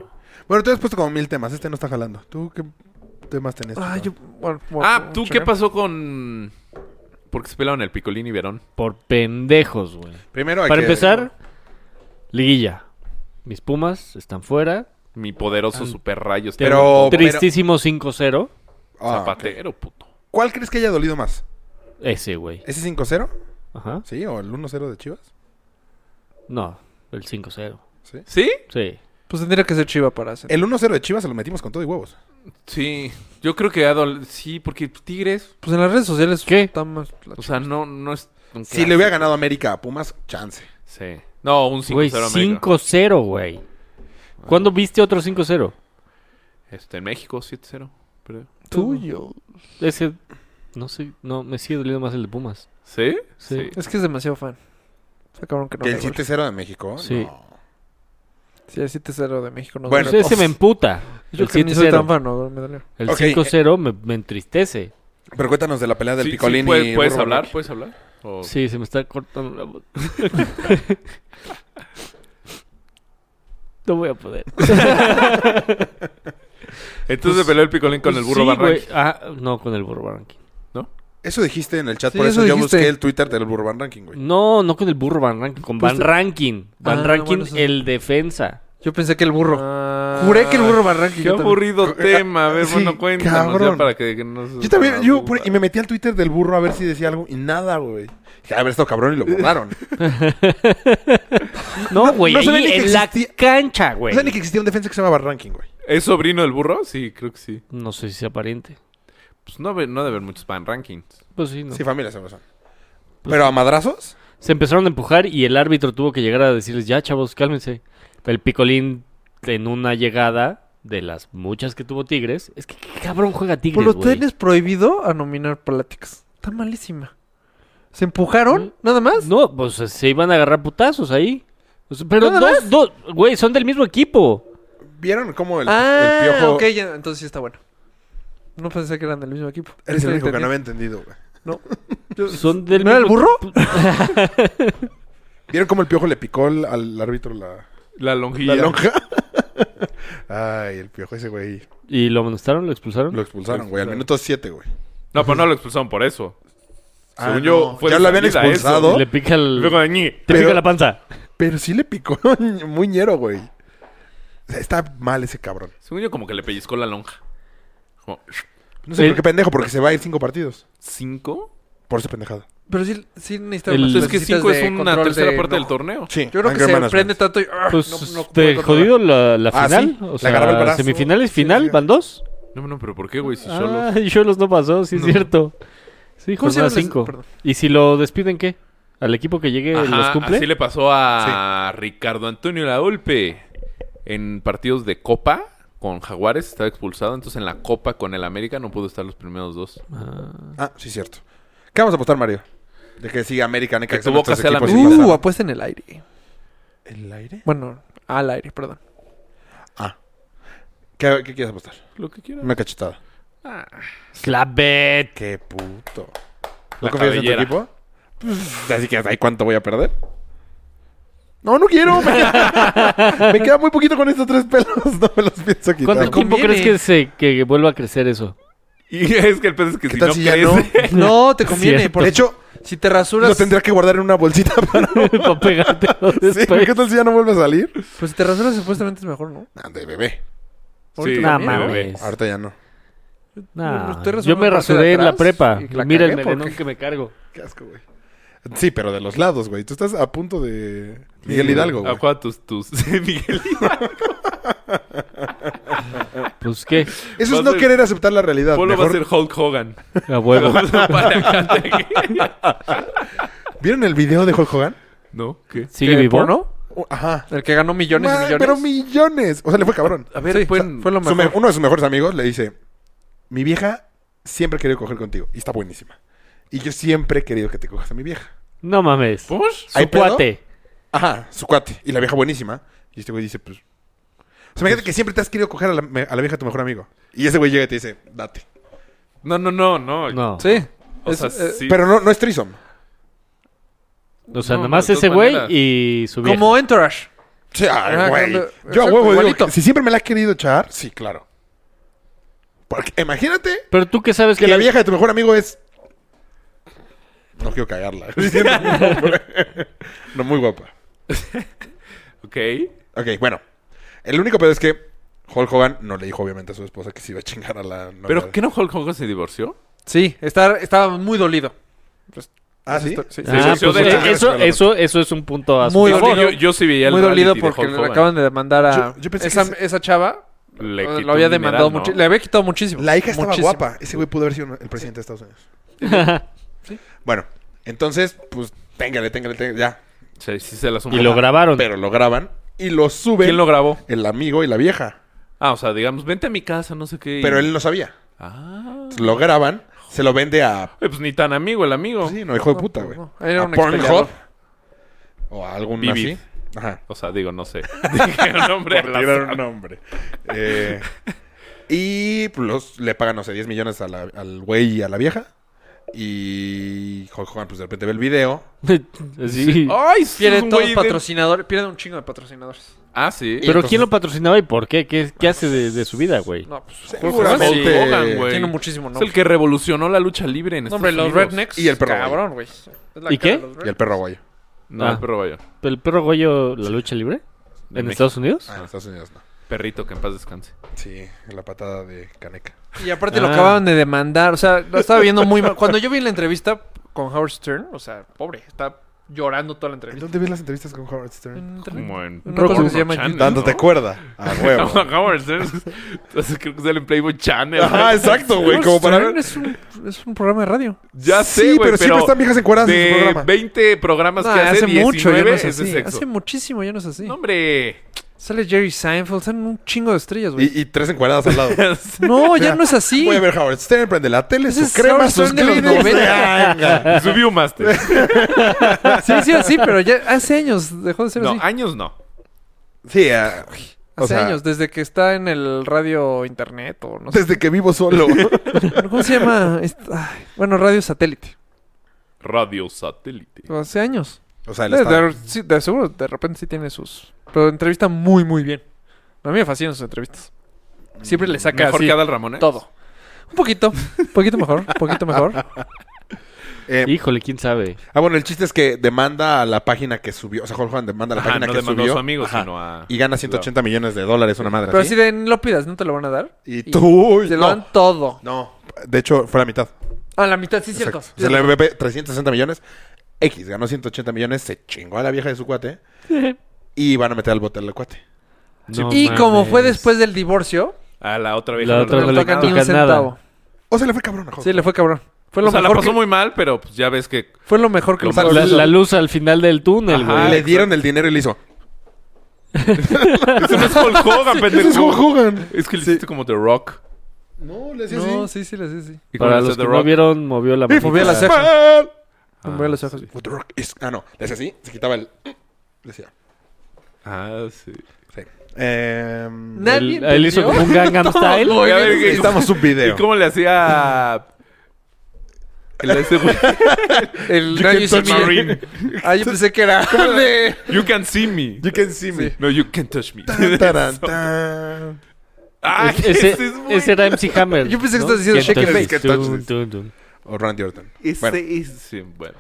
S7: Bueno, tú has puesto como mil temas. Este no está jalando. ¿Tú qué temas tenés?
S6: Ah, yo. bueno, bueno,
S5: Ah, ¿tú qué
S6: checar.
S5: pasó con...? Porque se pelaron el Picolín y Verón.
S4: Por pendejos, güey.
S7: Primero hay
S4: Para
S7: que-
S4: empezar, liguilla. Mis pumas están fuera.
S5: Mi poderoso super rayo. está-
S7: Pero-
S4: Tengo un Tristísimo 5-0.
S7: Ah,
S5: Zapatero, puto.
S7: ¿Cuál crees que haya dolido más?
S4: Ese, güey.
S7: ¿Ese 5-0?
S4: Ajá.
S7: ¿Sí? ¿O el 1-0 de Chivas?
S4: No, el 5-0.
S7: ¿Sí?
S5: ¿Sí?
S4: Sí.
S6: Pues tendría que ser chiva para hacer.
S7: El 1-0 de Chivas se lo metimos con todo y huevos.
S5: Sí. Yo creo que... ha dol- Sí, porque Tigres...
S6: Pues en las redes sociales.
S4: ¿Qué?
S6: Está más. la
S5: O
S6: ch-
S5: sea, no, no es...
S4: un
S7: Si le hubiera ganado América a Pumas, chance.
S5: Sí. No, un 5-0
S4: Güey,
S5: América. Ah.
S4: 5-0, güey. ¿Cuándo viste otro 5-0?
S5: Este, en México, 7-0. pero-
S4: Tuyo. Ese, no sé, no, me sigue doliendo más el de Pumas.
S5: ¿Sí?
S4: Sí.
S6: Es que es demasiado fan. O sea, cabrón que no.
S7: ¿Que
S6: le
S7: el
S6: gol.
S7: 7-0 de
S5: Oh,
S7: México?
S4: Sí.
S7: No.
S6: Sí, el 7-0 de México. No
S7: Bueno,
S4: Pues ese me emputa.
S6: Yo
S4: el
S6: que ni soy tan
S4: 7-0.
S6: fan, no, me dolió.
S4: El
S7: Ok,
S4: 5-0 me, me entristece.
S7: Pero cuéntanos de la pelea del
S5: Sí, sí,
S7: Picolín
S5: ¿puedes,
S7: y...
S5: ¿Puedes
S7: Burro
S5: hablar?
S7: Black.
S5: ¿Puedes hablar? O-
S4: Sí, se me está cortando la voz. no voy a poder.
S5: Entonces se peleó el Picolín con el burro
S4: Sí,
S5: Barranqui.
S4: güey. Ah, no, con el burro Barranqui.
S7: Eso dijiste en el chat,
S6: Sí,
S7: por eso,
S6: eso
S7: yo
S6: dijiste.
S7: busqué el Twitter del Urban Ranking, güey.
S4: No, no con el burro Van Rankin, con Van
S6: Pues-
S4: Rankin. Van
S6: Ah,
S4: Rankin,
S6: bueno, eso-
S4: el defensa.
S6: Yo pensé que el burro.
S5: Ah,
S6: Juré que el burro Barranqui.
S5: Qué
S6: yo también.
S5: aburrido tema. A ver,
S7: Sí,
S5: bueno, cuéntanos ya
S7: cabrón.
S5: para que, que nos...
S7: Yo también, yo, por- y me metí al Twitter del burro a ver si decía algo y nada, güey. Dije, a ver, esto cabrón y lo borraron.
S4: No, güey,
S7: no sabía
S4: ahí
S7: ni que
S4: en la
S7: existía.
S4: cancha, güey.
S7: No sé ni que existía un defensa que se llamaba Ranking, güey.
S5: ¿Es sobrino del burro? Sí, creo que sí.
S4: No sé si sea aparente.
S5: Pues no, ve- no debe haber muchos pan rankings.
S4: Pues sí, no.
S7: Sí, familia se son. Pero a madrazos,
S4: Se empezaron a empujar y el árbitro tuvo que llegar a decirles, ya chavos, cálmense. El picolín en una llegada de las muchas que tuvo Tigres. Es que qué cabrón juega
S6: Por
S4: Tigres,
S6: los
S4: güey.
S6: tenis "Pues prohibido a nominar pláticas. Está malísima. ¿Se empujaron?
S4: Mm.
S6: ¿Nada más?
S4: No, pues se iban a agarrar putazos ahí. O sea, pero
S6: ¿Nada
S4: dos, dos, güey, son del mismo equipo.
S7: ¿vieron cómo el,
S6: ah,
S7: el piojo.
S6: ok, ya, entonces sí está bueno. No pensé que eran del mismo equipo.
S7: Eres
S6: Sí,
S7: el único que
S6: entendí.
S7: no había entendido, güey.
S6: Yo-
S4: Son del
S6: ¿No era el
S4: mismo
S6: burro?
S4: equipo.
S7: ¿Vieron cómo el piojo le picó al, al árbitro la,
S5: La
S7: la
S5: lonjilla.
S7: lonja? Ay, el piojo ese, güey.
S4: ¿Y lo amonestaron? ¿Lo expulsaron?
S7: Lo expulsaron, güey, al minuto 7, güey.
S5: No, pero no lo expulsaron por eso.
S7: Ah,
S5: Según
S7: no.
S5: yo, fue
S7: ya
S5: de
S7: lo habían
S5: salida eso.
S7: expulsado,
S4: Le pica el...
S5: Luego de ñi.
S4: Te
S7: pero-
S4: pica la panza.
S7: pero sí le picó muy ñero, güey. O sea, está mal ese cabrón.
S5: Según yo, como que le pellizcó la lonja. Como,
S7: No sé
S4: El-
S7: por qué pendejo, porque se va a ir cinco partidos.
S5: ¿Cinco?
S7: Por esa pendejada.
S6: Pero sí, sí necesitaba
S4: El-
S6: unas
S5: Pues es que
S6: clasecitas
S5: cinco es
S6: de
S5: una
S6: control
S5: tercera
S6: de
S5: parte del
S6: enojo.
S5: torneo.
S7: Sí.
S6: Yo creo que
S7: anger
S6: se
S7: management.
S6: prende tanto y... ah,
S4: Pues,
S6: no- no puedo
S4: este,
S6: controlar.
S4: jodido la, la
S7: Ah,
S4: final.
S7: sí,
S4: O
S7: le
S4: sea,
S7: agarraba el brazo.
S4: semifinales,
S7: Sí,
S4: final,
S7: sí.
S4: ¿van dos?
S5: No, no, pero ¿por qué, güey? Si
S4: Ah,
S5: solo...
S4: Cholos no pasó, sí es
S5: No.
S4: cierto. Sí,
S6: ¿Cómo se
S4: jornada
S6: llama?
S4: 5.
S6: Perdón.
S4: ¿Y si lo despiden qué? ¿Al equipo que llegue los
S5: Ajá,
S4: cumple?
S5: así le pasó a Ricardo Antonio Laolpe. En partidos de Copa con Jaguares estaba expulsado. Entonces en la Copa con el América no pudo estar los primeros dos.
S4: Ah,
S7: Ah, sí, cierto. ¿Qué vamos a apostar, Mario? De que siga América, Necaxa,
S5: Que tu boca
S7: nuestros
S5: sea la
S7: equipos
S5: misma.
S7: y
S6: Uh,
S7: pasar.
S6: apuesta en el aire.
S7: ¿El aire?
S6: Bueno, al aire, perdón.
S7: Ah. ¿Qué, qué quieres apostar?
S5: Lo que quiera.
S7: Una cachetada.
S4: Slap bet.
S7: Qué puto. ¿No
S5: La
S7: confías en tu
S5: cabellera.
S7: equipo? Pues, así que ¿ahí cuánto voy a perder? No, no quiero. Me queda, me queda muy poquito con estos tres pelos. No me los pienso
S4: ¿Cuánto
S7: quitar.
S4: tiempo
S6: conviene.
S4: crees que se que vuelva a crecer eso?
S5: Y es que el pedo es que
S7: ¿Qué
S5: si
S7: tal
S5: no
S7: si ya
S5: crece-
S6: No, te conviene.
S4: Cierto.
S6: porque
S7: De hecho,
S6: si te
S7: lo
S6: rasuras...
S7: tendría que guardar en una bolsita para...
S4: Para pegarte
S7: Sí, ¿Qué tal si ya no vuelve a salir?
S6: Pues si te rasuras supuestamente es mejor, ¿no?
S7: Ah, de bebé.
S5: Sí,
S4: No
S5: también, bebé.
S4: mames.
S7: Ahorita ya no.
S4: Nah,
S6: Usted resuelve
S4: Yo me
S6: la parte de
S4: rasuré en la
S6: atrás
S4: prepa.
S6: y la
S4: Mira el
S6: cagué porque-
S4: merenón que me cargo.
S7: Qué asco, güey. Sí, pero de los lados, güey. Tú estás a punto de Miguel Hidalgo, güey.
S5: Acuérdate tus, tus... sí, Miguel
S4: Pues qué,
S7: Eso
S5: va
S7: es
S5: a
S7: no
S5: ser-
S7: querer aceptar la realidad.
S5: Polo va a
S7: Mejor-
S5: ser Hulk Hogan.
S4: a huevo.
S7: ¿Vieron el video de Hulk Hogan?
S5: ¿No? ¿Qué?
S4: ¿Sigue vivo?
S6: ¿No?
S7: Oh, ajá.
S6: El que ganó millones
S7: Ma-
S6: y millones.
S7: Pero millones. O sea, le fue cabrón.
S5: A ver,
S6: Sí,
S5: fue
S6: fue,
S5: en-
S6: lo
S7: Su me-
S6: mejor.
S7: uno de sus mejores amigos le dice, mi vieja siempre ha querido coger contigo y está buenísima. Y yo siempre he querido que te cojas a mi vieja.
S4: No mames.
S5: ¿Por?
S7: ¿Hay
S4: Su
S7: pedo?
S4: cuate.
S7: Ajá, su cuate. Y la vieja buenísima. Y este güey dice, pues... O sea, imagínate que siempre te has querido coger a la, me- a la vieja de tu mejor amigo. Y ese güey llega y te dice, date.
S5: No, no, no, no.
S4: No.
S6: Sí.
S5: O
S6: Es-
S5: sea,
S6: eh,
S5: sí.
S7: Pero no, no es trisom.
S4: O sea,
S5: No,
S4: nada más
S5: de todas
S4: ese güey
S5: maneras.
S4: y su vieja.
S6: Como Entourage.
S7: Sí, ay,
S6: Ajá,
S7: güey.
S6: cuando-
S7: Yo a
S6: exacto,
S7: huevo digo
S6: igualito.
S7: que si siempre me la has querido echar, sí, claro. Porque imagínate
S4: Pero tú que sabes
S7: que
S4: que
S7: la vieja de tu mejor amigo es. No quiero cagarla. Diciendo un nombre. no, muy guapa.
S5: Ok.
S7: Ok, bueno. El único pedo es que Hulk Hogan no le dijo, obviamente, a su esposa que se iba a chingar a la novia.
S5: ¿Pero qué no Hulk Hogan se divorció?
S6: Sí, está- estaba muy dolido.
S7: Ah, sí.
S6: Esto- sí,
S5: Sí,
S4: Ah,
S5: sí,
S4: pues,
S5: sí,
S4: eh,
S5: sí.
S4: eso, eso, eso es un punto a su
S6: Muy
S5: Es que
S4: favor.
S5: Ah, yo,
S6: dolido.
S5: yo sí veía el
S6: Muy dolido
S5: reality de
S6: porque
S5: Hulk
S6: le
S5: Hogan.
S6: acaban de demandar a...
S7: Yo- yo pensé
S6: esa,
S7: que ese-
S6: esa chava
S5: Le
S6: eh,
S5: quitó
S6: lo había
S5: un dineral,
S6: demandado
S5: ¿no?
S6: mucho. Le había quitado muchísimo.
S7: La hija estaba
S6: Muchísimo.
S7: guapa. Ese güey pudo haber sido el presidente de Estados Unidos. Bueno, Entonces, pues, téngale, téngale, téngale, ya.
S5: Sí, sí se las
S4: Y lo grabaron.
S7: Pero lo graban y lo suben.
S5: ¿Quién lo grabó?
S7: El amigo y la vieja.
S5: Ah, o sea, digamos, vente a mi casa, no sé qué. y-
S7: Pero él no sabía.
S5: Ah.
S7: Lo graban, se lo vende a
S5: Oye, pues ni tan amigo el amigo.
S7: Sí, no, hijo de puta,
S6: pues
S7: güey.
S6: no. Era
S7: A
S6: un expeleador.
S7: O a algún
S5: Vivid.
S7: así. Ajá.
S5: O sea, digo, no sé. Dije el nombre
S7: Por
S5: al
S7: tirar
S5: azar.
S7: un nombre. Eh, y pues, los, le pagan, no sé, 10 millones a la- al güey y a la vieja. Y Hulk Hogan, pues de repente ve el video.
S4: Sí.
S6: Oh,
S5: Ay, sí, es
S6: Pierde
S5: un
S6: todos
S5: güey de-
S6: patrocinadores. Pierde un chingo de patrocinadores.
S5: Ah, sí.
S4: Pero
S7: entonces-
S4: ¿quién lo patrocinaba y por qué? ¿Qué, qué hace de, de su vida, güey?
S6: No, pues.
S7: Seguramente.
S6: Hulk Hogan
S5: Hogan, güey.
S6: Tiene muchísimo
S5: es
S6: nombre.
S5: el que revolucionó la lucha libre en
S6: No,
S5: Estados
S6: hombre, los
S5: Unidos.
S6: rednecks.
S7: Y el perro,
S6: Cabrón, güey. Es la
S4: ¿Y
S6: cara de
S4: qué?
S6: los
S7: Y el
S6: rednecks.
S7: perro guayo.
S5: No,
S4: Ah.
S5: pero vaya.
S4: ¿El perro Goyo, la lucha libre?
S5: De
S4: ¿En
S5: México.
S4: Estados Unidos?
S7: Ah, en Estados Unidos no.
S5: Perrito, que en paz descanse.
S7: Sí, la patada de Caneca.
S6: Y aparte lo
S4: Ah.
S6: acababan de demandar. O sea, lo estaba viendo muy mal. Cuando yo vi la entrevista con Howard Stern, o sea, pobre, está llorando toda la entrevista.
S7: dónde ves las entrevistas con Howard Stern?
S6: En internet.
S5: Como en.
S6: Una cosa que se llama
S5: Channel,
S7: Dándote
S5: ¿no?
S7: cuerda. A huevo.
S5: No, Howard Stern. Entonces creo que sale en Playboy Channel.
S7: Ajá, exacto, güey.
S6: Howard
S7: Como para
S6: Stern
S7: ver.
S6: Es un, es un programa de radio.
S5: Ya
S7: Sí,
S5: sé, güey,
S7: pero siempre están viejas encueradas en
S5: de
S7: su programa.
S5: 20 programas
S6: No,
S5: que hace,
S6: hace
S5: 19
S6: mucho ya no es
S5: es de
S6: así.
S5: sexo.
S6: Hace muchísimo ya no es así.
S5: No, hombre.
S6: Sale Jerry Seinfeld, salen un chingo de estrellas, güey.
S7: Y, y tres encueradas al lado.
S6: No, ya
S7: Mira,
S6: no es así.
S7: Voy a ver Howard Stern, prende la tele,
S6: Ese
S7: sus
S6: es
S7: cremas,
S6: Howard
S7: sus
S6: Stern de
S7: Kleenex.
S6: los 90.
S7: Venga.
S5: Subió un máster.
S6: Sí, sí, así, pero ya hace años dejó de ser
S5: No,
S6: así.
S5: años no.
S7: Sí, ah, o
S6: Hace
S7: sea,
S6: años, desde que está en el radio internet o no sé.
S7: Desde que vivo solo.
S6: ¿Cómo se llama? Est- ay, bueno, radio satélite.
S5: Radio satélite.
S6: Hace años.
S7: o sea, el
S6: De,
S7: estado.
S6: de- sí, de seguro, de repente sí tiene sus. Pero entrevista muy, muy bien. A mí me fascinan sus entrevistas. Siempre le saca
S5: Mejor
S6: así
S5: que Adal Ramones.
S6: todo. Un poquito, un poquito mejor, un poquito mejor.
S7: Eh,
S4: Híjole, quién sabe.
S7: ah, bueno, el chiste es que demanda a la página que subió. O sea, Hulk Hogan demanda a la
S5: Ajá,
S7: página
S5: no
S7: que
S5: demandó a
S7: subió.
S5: su amigo,
S7: Ajá.
S5: sino a.
S7: Y gana 180 millones de dólares, una madre.
S6: Pero
S7: así.
S6: así de no lo pidas, no te lo van a dar.
S7: Y tú.
S6: Te lo
S7: no,
S6: dan todo.
S7: no, de hecho, fue la mitad.
S6: A la mitad, sí, es cierto.
S7: Exacto. Se le MVP 360 millones. X ganó 180 millones, se chingó a la vieja de su cuate. y van a meter al bote al cuate.
S4: No
S6: y como
S4: mames.
S6: fue después del divorcio,
S5: A la otra vieja.
S4: La
S5: no
S4: otra
S5: le
S4: no
S6: no le
S5: tocó
S6: toca
S5: nada.
S6: ni un
S4: toca nada.
S6: centavo.
S7: O sea, le fue cabrón a Hulk.
S6: Sí, le fue cabrón. Fue lo
S5: O sea, la
S6: mejor
S5: pasó
S6: que,
S5: muy mal, pero pues, ya ves que.
S6: fue lo mejor que
S5: Lo
S6: le
S5: más-
S6: pasó.
S4: La, la luz al final del túnel,
S5: Ajá,
S4: güey.
S7: le
S5: exacto.
S7: dieron el dinero y le hizo.
S5: Eso no es Hulk Hogan, pendejo.
S7: Hulk Hogan.
S5: Es que le hiciste como The Rock.
S7: No, le hacía
S6: No,
S7: así.
S6: sí, sí, sí, sí.
S5: Y
S4: Para
S5: como le
S4: los
S5: hizo
S4: que no vieron, movió la manita.
S6: movió la ceja.
S7: Man.
S5: Ah,
S6: Me voy a los ojos.
S7: What the rock is- Ah, no. Le hacía así, se quitaba el. Le decía.
S5: Ah, sí.
S7: Sí. Em,
S6: Nadie
S4: Él, él hizo
S6: entendió.
S4: como un Gangnam Style.
S5: Oye, a ver, ¿qué-
S7: necesitamos un
S5: ¿Y
S7: video.
S5: cómo le hacía. El de ese güey?
S6: El nadie se
S5: touch my
S6: mide.
S5: ring.
S6: Ah, yo pensé que era de...
S5: You can see me.
S7: You can see me.
S5: No, you can touch me.
S7: Tan, taran, tan.
S5: Ah,
S4: Es- ese,
S5: ese es muy
S4: ese era MC Hammer.
S6: Yo pensé que estabas diciendo Shake
S7: and Bake.
S4: Tun, tun, tun.
S7: O Randy Orton.
S5: Ese
S7: Bueno.
S5: es. sí, bueno.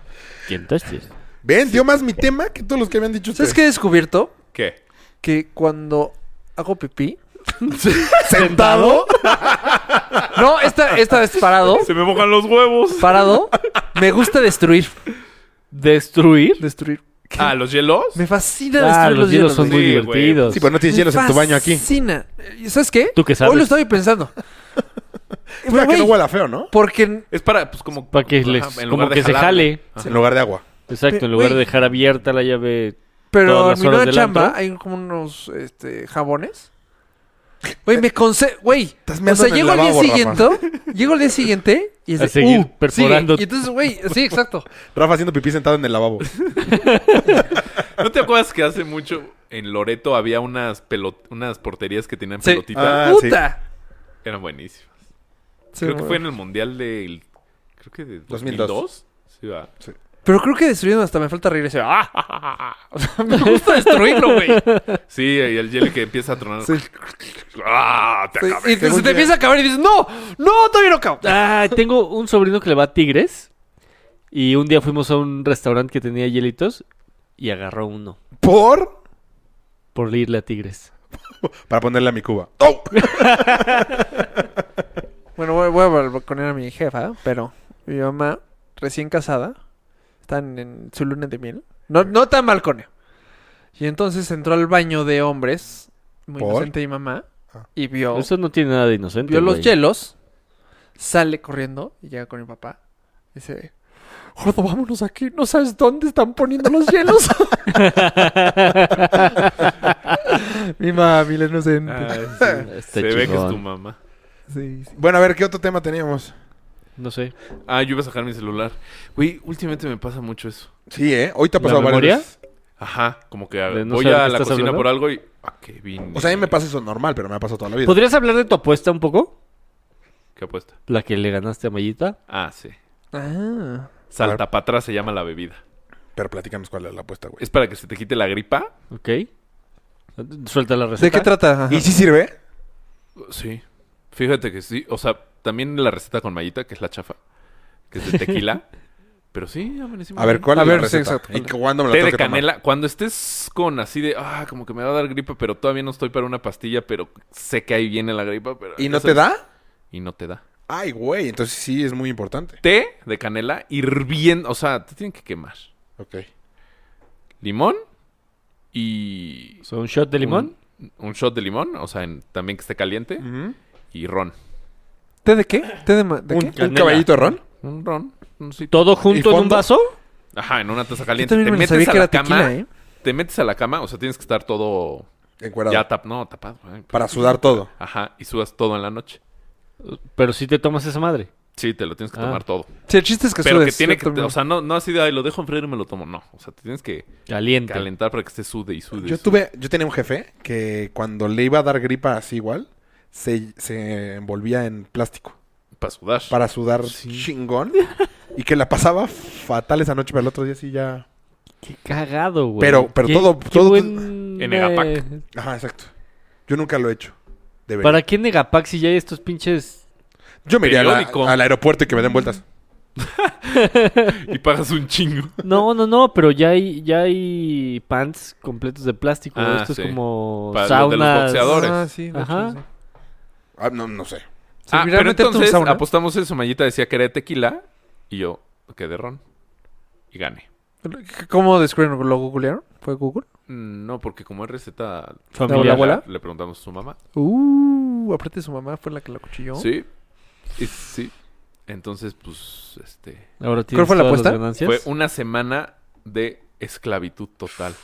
S4: ¿Quién touched it?
S7: Ven, dio más mi tema que todos los que habían dicho.
S6: ¿Sabes qué
S7: ustedes.
S6: he descubierto?
S5: ¿Qué?
S6: Que cuando hago pipí...
S7: ¿Sentado?
S6: No, esta, esta vez parado.
S5: Se me mojan los huevos.
S6: Parado. Me gusta destruir.
S4: ¿Destruir?
S6: Destruir.
S5: Ah, ¿los hielos?
S6: Me fascina
S4: Ah,
S6: destruir
S4: los hielos son
S6: güey.
S4: muy
S5: Sí, güey.
S4: divertidos.
S7: Sí, pues no tienes hielos en tu baño aquí.
S6: Fascina. Eh, ¿Sabes qué?
S4: ¿Tú qué sabes?
S6: Hoy lo estaba pensando.
S7: Es para que
S6: Güey,
S7: no huela feo, ¿no?
S6: Porque
S5: Es para, pues, como...
S4: Para que,
S5: Ajá,
S4: les,
S5: en lugar
S4: como
S5: de
S4: que se
S5: jalar,
S4: jale.
S7: En lugar de agua.
S4: Exacto, en
S6: Pe-
S4: lugar de
S6: güey.
S4: dejar abierta la llave.
S6: Pero
S4: Todas
S6: en
S4: las
S6: mi
S4: horas
S6: nueva
S4: del
S6: chamba
S4: antro.
S6: hay como unos este, jabones. Güey, me conce... Güey,
S7: Estás
S6: o
S7: meando
S6: sea,
S7: en el
S6: llego al día
S7: lavabo,
S6: siguiente, llego al día siguiente y es
S4: A
S6: de,
S4: seguir
S6: "Uh,
S4: perforando".
S6: sigue". Y entonces, güey, sí, exacto.
S7: Rafa haciendo pipí sentado en el lavabo.
S5: ¿No te acuerdas que hace mucho en Loreto había unas pelot unas porterías que tenían
S6: Sí.
S5: pelotitas?
S7: Ah, sí.
S6: ¡Puta!
S5: Eran buenísimas.
S6: Sí,
S5: creo que
S6: güey.
S5: fue en el Mundial del... Creo que de 2002.
S7: 2002.
S5: Sí, va.
S6: Pero creo que destruyendo hasta me falta reír y decir, "Ah, ah, ah, ah". O sea, me gusta destruirlo, güey.
S5: Sí, y el hielo que empieza a tronar. ¡Ah! Te
S6: Sí,
S5: acabé.
S6: Y se te empieza a acabar y dices, no, no, todavía no acabo.
S4: Ah, tengo un sobrino que le va a Tigres. Y un día fuimos a un restaurante que tenía hielitos. Y agarró uno.
S7: ¿Por?
S4: Por irle a Tigres.
S7: Para ponerle a mi cuba. ¡Oh!
S6: Bueno, voy, voy a balconear a mi jefa, pero mi mamá, recién casada, están en su luna de miel. No, no tan balconeo. Y entonces entró al baño de hombres, muy
S7: ¿Por?
S6: inocente mi mamá,
S7: Ah.
S6: y vio,
S4: Eso no tiene nada de inocente.
S6: vio los
S4: güey.
S6: hielos, sale corriendo y llega con mi papá. Dice, Gordo, vámonos aquí. No sabes dónde están poniendo los hielos. Mi mami, la inocente.
S4: Está
S5: Se ve que es
S4: chingón.
S5: tu mamá.
S6: Ah, Sí, sí.
S7: Bueno, a ver, ¿qué otro tema teníamos?
S4: No sé.
S5: Ah, yo iba a sacar mi celular. Güey, últimamente me pasa mucho eso.
S7: Sí, ¿eh? Hoy te ha
S4: ¿La
S7: pasado varias
S4: memoria?
S7: veces.
S5: Ajá, como que
S4: De no
S5: voy
S4: saber qué
S5: a la
S4: estás
S5: cocina
S4: hablando.
S5: por algo y... ¿A qué vine?
S7: O sea, a mí me pasa eso normal, pero me ha pasado toda la vida.
S4: ¿Podrías hablar de tu apuesta un poco?
S5: ¿Qué apuesta?
S4: La que le ganaste a Mayita.
S5: Ah, sí.
S6: Ah.
S5: Salta para atrás se llama la bebida.
S7: Pero platícanos cuál es la apuesta, güey.
S5: Es para que se te quite la gripa.
S4: Ok. Suelta la receta.
S6: ¿De qué trata? Ajá.
S7: ¿Y si sirve?
S5: Sí. Fíjate que sí. O sea, también la receta con mallita, que es la chafa, que es de tequila. pero sí, amanecimos.
S7: A ver,
S5: bien.
S7: ¿cuál
S6: A
S7: es
S6: ver,
S7: la
S6: sí,
S7: receta?
S6: exacto.
S7: ¿Y cuándo me la
S5: Té
S7: tengo
S5: de
S7: que tomar?
S5: canela. Cuando estés con así de, ah, como que me va a dar gripa, pero todavía no estoy para una pastilla, pero sé que ahí viene la gripa. Pero
S7: ¿Y
S5: ya
S7: no te
S5: sabes-
S7: da?
S5: Y no te da.
S7: Ay, güey, entonces sí es muy importante.
S5: Té de canela hirviendo. O sea, te tienen que quemar.
S7: Ok.
S5: Limón y.
S4: O sea, ¿Un shot de limón?
S5: Un, un shot de limón, o sea, en- también que esté caliente. Y ron.
S6: ¿Té de qué? ¿Té de, ma- de
S7: ¿Un,
S6: qué?
S7: un
S4: Canela.
S7: caballito de ron?
S5: Un ron. Un sí-
S4: ¿Todo junto en un
S7: fondo?
S4: vaso?
S5: Ajá, en una taza
S6: Yo
S5: caliente.
S6: también
S5: Te
S6: me lo
S5: metes
S6: sabía
S5: a
S6: que
S5: la
S6: era
S5: cama.
S6: tequila, ¿eh?
S5: Te metes a la cama, o sea, tienes que estar todo
S7: Encuerado.
S5: ya tap, no, tapado. ¿eh?
S7: Para sudar todo.
S5: Ajá, y sudas todo en la noche.
S4: Pero si te tomas esa madre.
S5: Sí, te lo tienes que
S4: Ah.
S5: tomar todo.
S6: Sí, el chiste es que
S5: Pero que
S6: sudes,
S5: tiene
S6: yo
S5: que,
S6: también.
S5: o sea, no, no así de, ay, lo dejo en frío y me lo tomo. No, o sea, te tienes que
S4: Caliente.
S5: calentar para que esté sude y sude. y
S7: Yo
S5: sude.
S7: tuve, yo tenía un jefe que cuando le iba a dar gripa así igual, se, se envolvía en plástico
S5: Para sudar.
S7: para sudar
S5: Sí.
S7: chingón y que la pasaba fatal esa noche, pero el otro día sí ya.
S4: Qué cagado, güey.
S7: Pero- pero
S4: Qué-
S7: todo-
S4: qué
S7: todo-
S4: buen,
S5: En Egapac.
S4: eh,
S7: Ajá, exacto. Yo nunca lo he hecho. Debería.
S4: ¿Para qué Negapac si ya hay estos pinches...
S7: Yo me iría a la-
S5: Periódico.
S7: al aeropuerto y que me den vueltas.
S5: Y pagas un chingo.
S4: No, no, no, pero ya hay, ya hay pants completos de plástico.
S5: Ah,
S4: Esto
S5: sí.
S4: es como
S5: Para los de los
S4: saunas.
S5: boxeadores.
S6: Ah, sí, de hecho,
S4: Ajá.
S6: sí.
S7: Ah, no, no sé.
S6: Sí,
S5: ah,
S6: mira,
S5: pero
S6: métete a un
S5: entonces
S6: sauna.
S5: apostamos eso. Mayita decía que era de tequila y yo que de ron. Y gané.
S6: ¿Cómo descubrieron? ¿Lo googlearon? ¿Fue Google?
S5: Mm, No, porque como es receta
S4: Familiar.
S5: le-
S6: abuela?
S5: le preguntamos a su mamá.
S6: Uh, aparte su mamá fue la que la cuchilló.
S5: Sí. Y- sí. Entonces, pues, este...
S4: Ahora tienes
S6: fue la
S4: todas las
S6: apuesta?
S4: ganancias.
S5: Fue una semana de esclavitud total.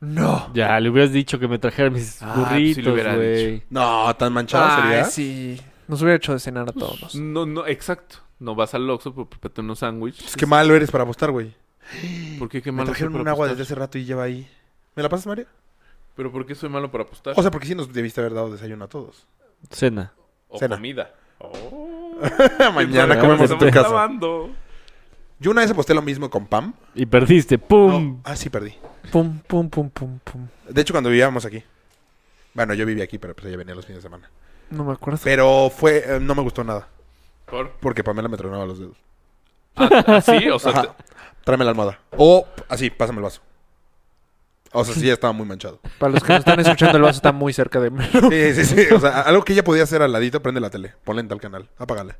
S6: No.
S4: Ya, le hubieras dicho que me trajera mis
S5: Ah, pues sí
S4: burritos,
S5: le hubiera
S4: güey.
S7: No, tan manchado sería.
S6: sí. Nos hubiera hecho de cenar a todos.
S5: No, no, exacto. No vas al Oxxo por prepararte unos sándwiches.
S7: Pues qué malo eres para apostar, güey.
S5: ¿Por qué qué
S7: Me
S5: malo soy
S7: trajeron
S5: para
S7: un agua
S5: apostar?
S7: desde hace rato y lleva ahí. ¿Me la pasas, Mario?
S5: ¿Pero por qué soy malo para apostar?
S7: O sea, porque sí nos debiste haber dado desayuno a todos.
S4: Cena.
S5: O
S7: cena.
S5: comida. Oh,
S7: Mañana
S5: Estamos
S7: comemos en tu casa.
S5: grabando.
S7: Yo una vez aposté lo mismo con Pam.
S4: Y perdiste. ¡Pum!
S7: Ah, sí, perdí.
S6: Pum, pum, pum, pum, pum.
S7: De hecho, cuando vivíamos aquí. Bueno, yo vivía aquí, pero pues ella venía los fines de semana.
S6: No me acuerdo.
S7: Pero fue, eh, no me gustó nada.
S5: ¿Por?
S7: Porque Pamela me tronaba los dedos.
S5: Ah, ah, sí, o sea...
S7: Ajá. Tráeme la almohada. O así, pásame el vaso. O sea, sí, ya estaba muy manchado.
S6: Para los que nos están escuchando, el vaso está muy cerca de mí.
S7: Sí, sí, sí. O sea, algo que ella podía hacer al ladito, prende la tele, ponle en tal canal, apágala.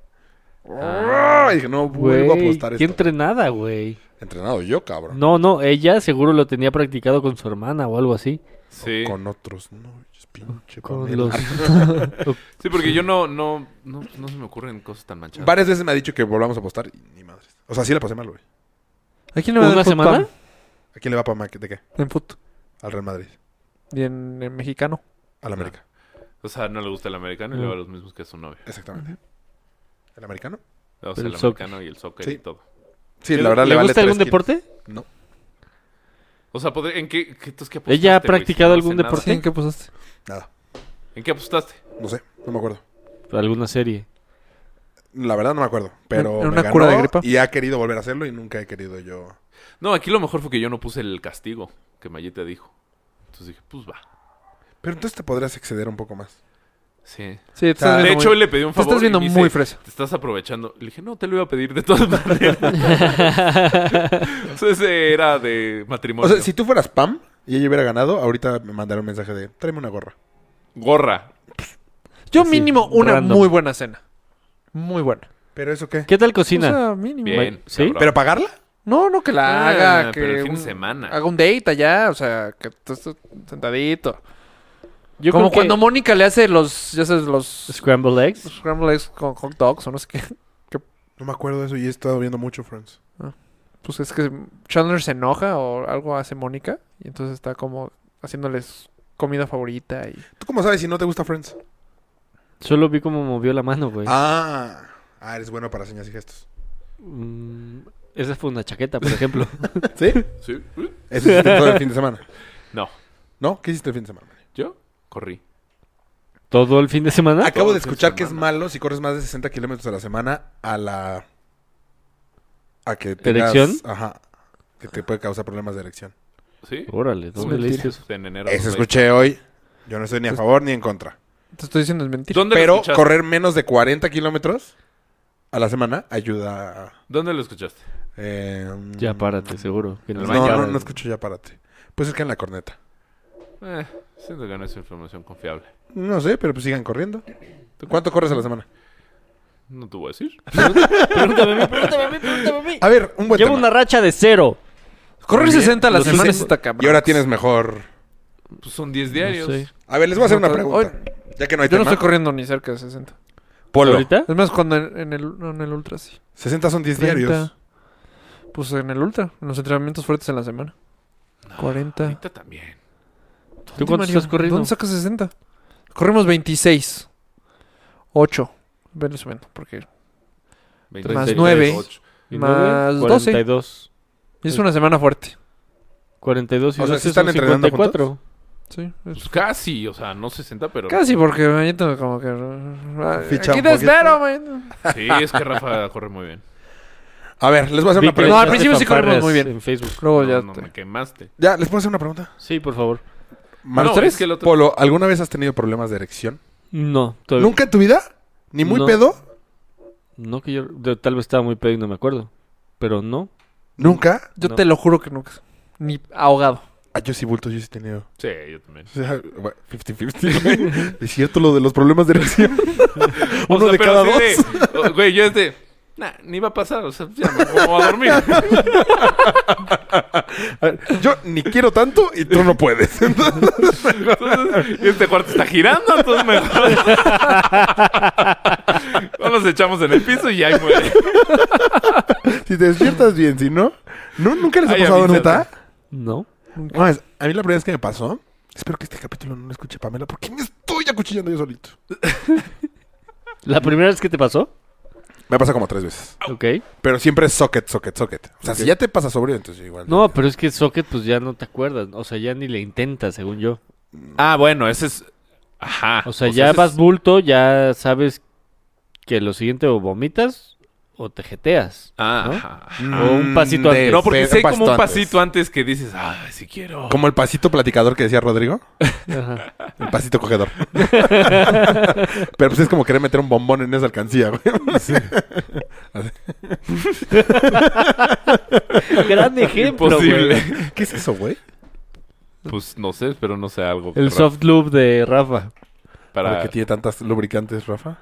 S7: Y dije, no vuelvo a
S4: Ah. Güey,
S7: apostar
S4: qué
S7: esto.
S4: entrenada, güey.
S7: Entrenado yo, cabrón.
S4: No, no, ella seguro lo tenía practicado con su hermana o algo así.
S5: Sí.
S7: Con otros novios, pinche
S4: Con
S7: Pamela.
S4: los...
S5: Sí, porque yo no, no, no, no se me ocurren cosas tan manchadas.
S7: Varias veces me ha dicho que volvamos a apostar y ni madres. O sea, sí la pasé mal, güey.
S6: ¿A quién le va a
S4: ¿Una
S6: dar fut
S4: semana?
S6: pam?
S7: ¿A quién le va Pam? ¿De qué?
S6: En fut.
S7: Al Real Madrid.
S6: Y en, en mexicano.
S7: Al América.
S4: Ah.
S5: O sea, no le gusta el americano y
S7: Mm.
S5: le va a los mismos que a su novia.
S7: Exactamente. ¿El americano?
S5: O sea,
S4: Pero
S5: el,
S4: el soccer.
S5: americano y el soccer
S7: Sí.
S5: y todo.
S7: Sí, la verdad
S4: ¿Le,
S7: le, vale
S4: gusta algún
S7: tres kilos.
S4: deporte?
S7: No.
S5: O sea, podría- ¿en qué, qué, entonces, qué apostaste,
S4: ¿Ella ha
S5: güey? Si no
S4: practicado
S5: hace
S4: algún
S5: nada.
S4: deporte?
S6: Ah, Sí, ¿en qué pasaste?
S7: Nada.
S5: ¿En qué apostaste?
S7: No sé. No me acuerdo.
S4: ¿Alguna serie?
S7: La verdad no me acuerdo. Pero
S6: ¿En- en
S7: me
S6: una cura de
S7: ganó
S6: gripa?
S7: Y ha querido volver a hacerlo y nunca he querido yo.
S5: No, aquí lo mejor fue que yo no puse el castigo que Mayita dijo. Entonces dije, pues va.
S7: Pero entonces te podrías exceder un poco más.
S5: Sí.
S6: Sí, te estás
S5: de
S6: viendo
S5: hecho,
S6: muy-
S5: él le pedí un
S6: te
S5: favor.
S6: estás
S5: y
S6: viendo
S5: me
S6: muy
S5: dice,
S6: fresa.
S5: Te estás aprovechando. Le dije, no, te lo iba a pedir de todas maneras. Entonces ese era de
S7: O
S5: matrimonio.
S7: sea, si tú fueras Pam y ella hubiera ganado, ahorita me mandaron un mensaje de tráeme una gorra.
S5: Gorra.
S6: Yo
S4: Sí,
S6: mínimo una
S4: random.
S6: muy buena cena. Muy buena.
S7: ¿Pero eso qué?
S4: ¿Qué tal cocina?
S6: O sea, mínimo.
S5: Bien.
S4: ¿Sí?
S5: cabrón.
S7: ¿Pero pagarla?
S6: No, no que la
S5: Ah,
S6: haga. Que
S5: pero el fin de
S6: un-
S5: semana.
S7: Ah.
S6: Haga un date allá, o sea, que tú estés sentadito.
S4: Yo
S6: Como
S4: creo que-
S6: cuando Mónica le hace los, ya sabes, los
S4: Scrambled eggs.
S6: scrambled eggs con hot dogs o no sé qué. qué
S7: No me acuerdo de eso y he estado viendo mucho Friends.
S6: Pues es que Chandler se enoja o algo hace Mónica. Y entonces está como haciéndoles comida favorita y...
S7: ¿Tú cómo sabes si no te gusta Friends?
S4: Solo vi cómo movió la mano, güey.
S7: Ah, ah eres bueno para señas y gestos.
S4: Mm, esa fue una chaqueta, por ejemplo.
S7: ¿Sí?
S5: Sí.
S7: Eso hiciste todo el fin de semana.
S5: No.
S7: ¿No? ¿Qué hiciste el fin de semana?
S5: Yo corrí.
S4: ¿Todo el fin de semana?
S7: Acabo
S5: todo
S7: de
S5: el fin de
S7: escuchar que es
S5: semana.
S7: malo si corres más de 60 kilómetros a la semana a la... A que
S4: ¿Erección?
S7: Ajá. Que te puede causar problemas de erección.
S5: ¿Sí?
S4: Órale, ¿dónde
S5: Uy,
S4: leíste eso?
S5: En enero.
S7: Eso
S5: güey.
S7: escuché hoy. Yo no estoy ni a favor ni en contra.
S6: Te estoy diciendo es mentira.
S5: ¿Dónde lo
S7: Pero
S5: escuchaste?
S7: correr menos de 40 kilómetros a la semana ayuda a...
S5: ¿Dónde lo escuchaste?
S7: eh,
S4: Ya párate, seguro. que
S5: No,
S4: nos
S7: No,
S4: van a-
S7: no, no escucho ya, párate. Pues es que en la corneta.
S5: Eh, siento que no es información confiable.
S7: No sé, pero pues sigan corriendo. ¿Cuánto corres a la semana?
S5: No te voy a decir.
S4: Pregúntame a mí, pregúntame a mí, pregúntame a mí.
S7: A ver, un buen
S4: Llevo
S7: tema.
S4: una racha de cero.
S6: Correr
S7: Muy bien.
S6: 60 a la
S7: Los
S6: semana
S7: hice-
S6: está cabrón.
S7: Y ahora tienes mejor.
S5: Pues son 10 diarios.
S4: sé.
S7: A ver, les voy a hacer una
S6: No,
S7: pregunta. Ya que no hay
S6: Yo no
S7: tema.
S6: estoy corriendo ni cerca de 60.
S7: Polo.
S4: ¿Ahorita?
S6: Es más, cuando en, en el, no, en el ultra sí.
S7: 60 son 10 diarios.
S6: 30. Pues en el ultra, en los entrenamientos fuertes en la semana. 40.
S5: Ahorita también.
S4: ¿Tú cuánto
S6: Mario?
S4: estás corriendo?
S6: ¿Dónde sacas 60? Corrimos 26. 8. Ven subiendo, porque
S5: 26,
S6: Más nueve.
S5: ocho.
S4: ¿Y nueve?
S6: Más doce.
S4: 42.
S6: es una semana fuerte.
S4: 42 y
S7: O sea,
S4: 12
S7: ¿sí están
S4: son
S7: entrenando
S4: 54.
S6: Sí. es-
S5: Pues casi, o sea, no 60, pero.
S6: Casi porque mañana como que... ah,
S7: Ficha
S6: Aquí
S7: un
S6: te
S7: poquito.
S6: espero, man.
S5: Sí, es que Rafa corre muy bien.
S7: A ver, les voy a hacer
S4: Vi
S7: una
S4: que
S7: pregunta.
S6: No, al
S4: echaste
S6: principio sí corrimos
S4: paparras
S6: muy bien.
S4: En Facebook.
S7: Oh,
S6: Luego ya...
S5: No, no
S6: te-
S5: me quemaste.
S7: Ya, les puedo hacer una pregunta.
S4: Sí, por favor.
S7: Manu,
S5: No,
S7: ¿tres?
S5: es que el otro-
S7: Polo, ¿alguna vez has tenido problemas de erección?
S4: No, todavía.
S7: ¿Nunca en tu vida? ¿Ni muy
S4: No.
S7: pedo?
S4: No que yo de- tal vez estaba muy pedo y no me acuerdo, pero no.
S7: ¿Nunca?
S6: Yo
S4: No.
S6: te lo juro que nunca. Ni ahogado.
S7: Ah, yo sí, bulto, yo sí he tenido.
S5: Sí, yo también.
S7: O sea, bueno, 50-50. güey. es cierto lo de los problemas de erección.
S5: O
S7: Uno
S5: sea,
S7: de
S5: pero
S7: cada
S5: así
S7: dos.
S5: de- o- güey, yo este. Nah, ni va a pasar, o sea, pues ya me voy a dormir.
S7: A ver, yo ni quiero tanto y tú no puedes. Entonces,
S5: Entonces, y este cuarto está girando, entonces mejor. No nos echamos en el piso y ahí muere.
S7: si te despiertas bien, si no. ¿No ¿Nunca les ha
S5: Ay,
S7: pasado,
S5: avísate.
S7: neta?
S4: No.
S7: No, es- a mí la primera vez que me pasó, espero que este capítulo no lo escuche Pamela, porque me estoy acuchillando yo solito.
S4: ¿La primera vez que te pasó?
S7: Me pasa como tres veces.
S4: Ok.
S7: Pero siempre es socket, socket, socket. O sea, si ya te pasa sobrio, entonces yo igual.
S4: No, pero es que Socket pues ya no te acuerdas, o sea, ya ni le intentas, según yo.
S5: Ah, bueno, ese es. Ajá.
S4: O sea, ya
S5: ese
S4: vas
S5: es-
S4: bulto, ya sabes que lo siguiente o vomitas o te jeteas.
S5: Ah,
S4: ¿no?
S5: ajá.
S4: o un pasito
S7: Mm,
S4: antes.
S7: de-
S4: Eh,
S5: No, porque
S7: pero
S5: sí hay como un
S7: antes.
S5: pasito antes que dices, ay, si quiero.
S7: Como el pasito platicador que decía Rodrigo.
S4: Ajá.
S7: El pasito cogedor. pero pues es como querer meter un bombón en esa alcancía, güey.
S4: Gran ejemplo,
S5: Imposible.
S4: güey.
S7: ¿Qué es eso, güey?
S5: Pues no sé, pero no sé algo.
S4: El
S5: ra-
S4: soft loop de Rafa.
S5: Para.
S7: Porque tiene tantas lubricantes, Rafa.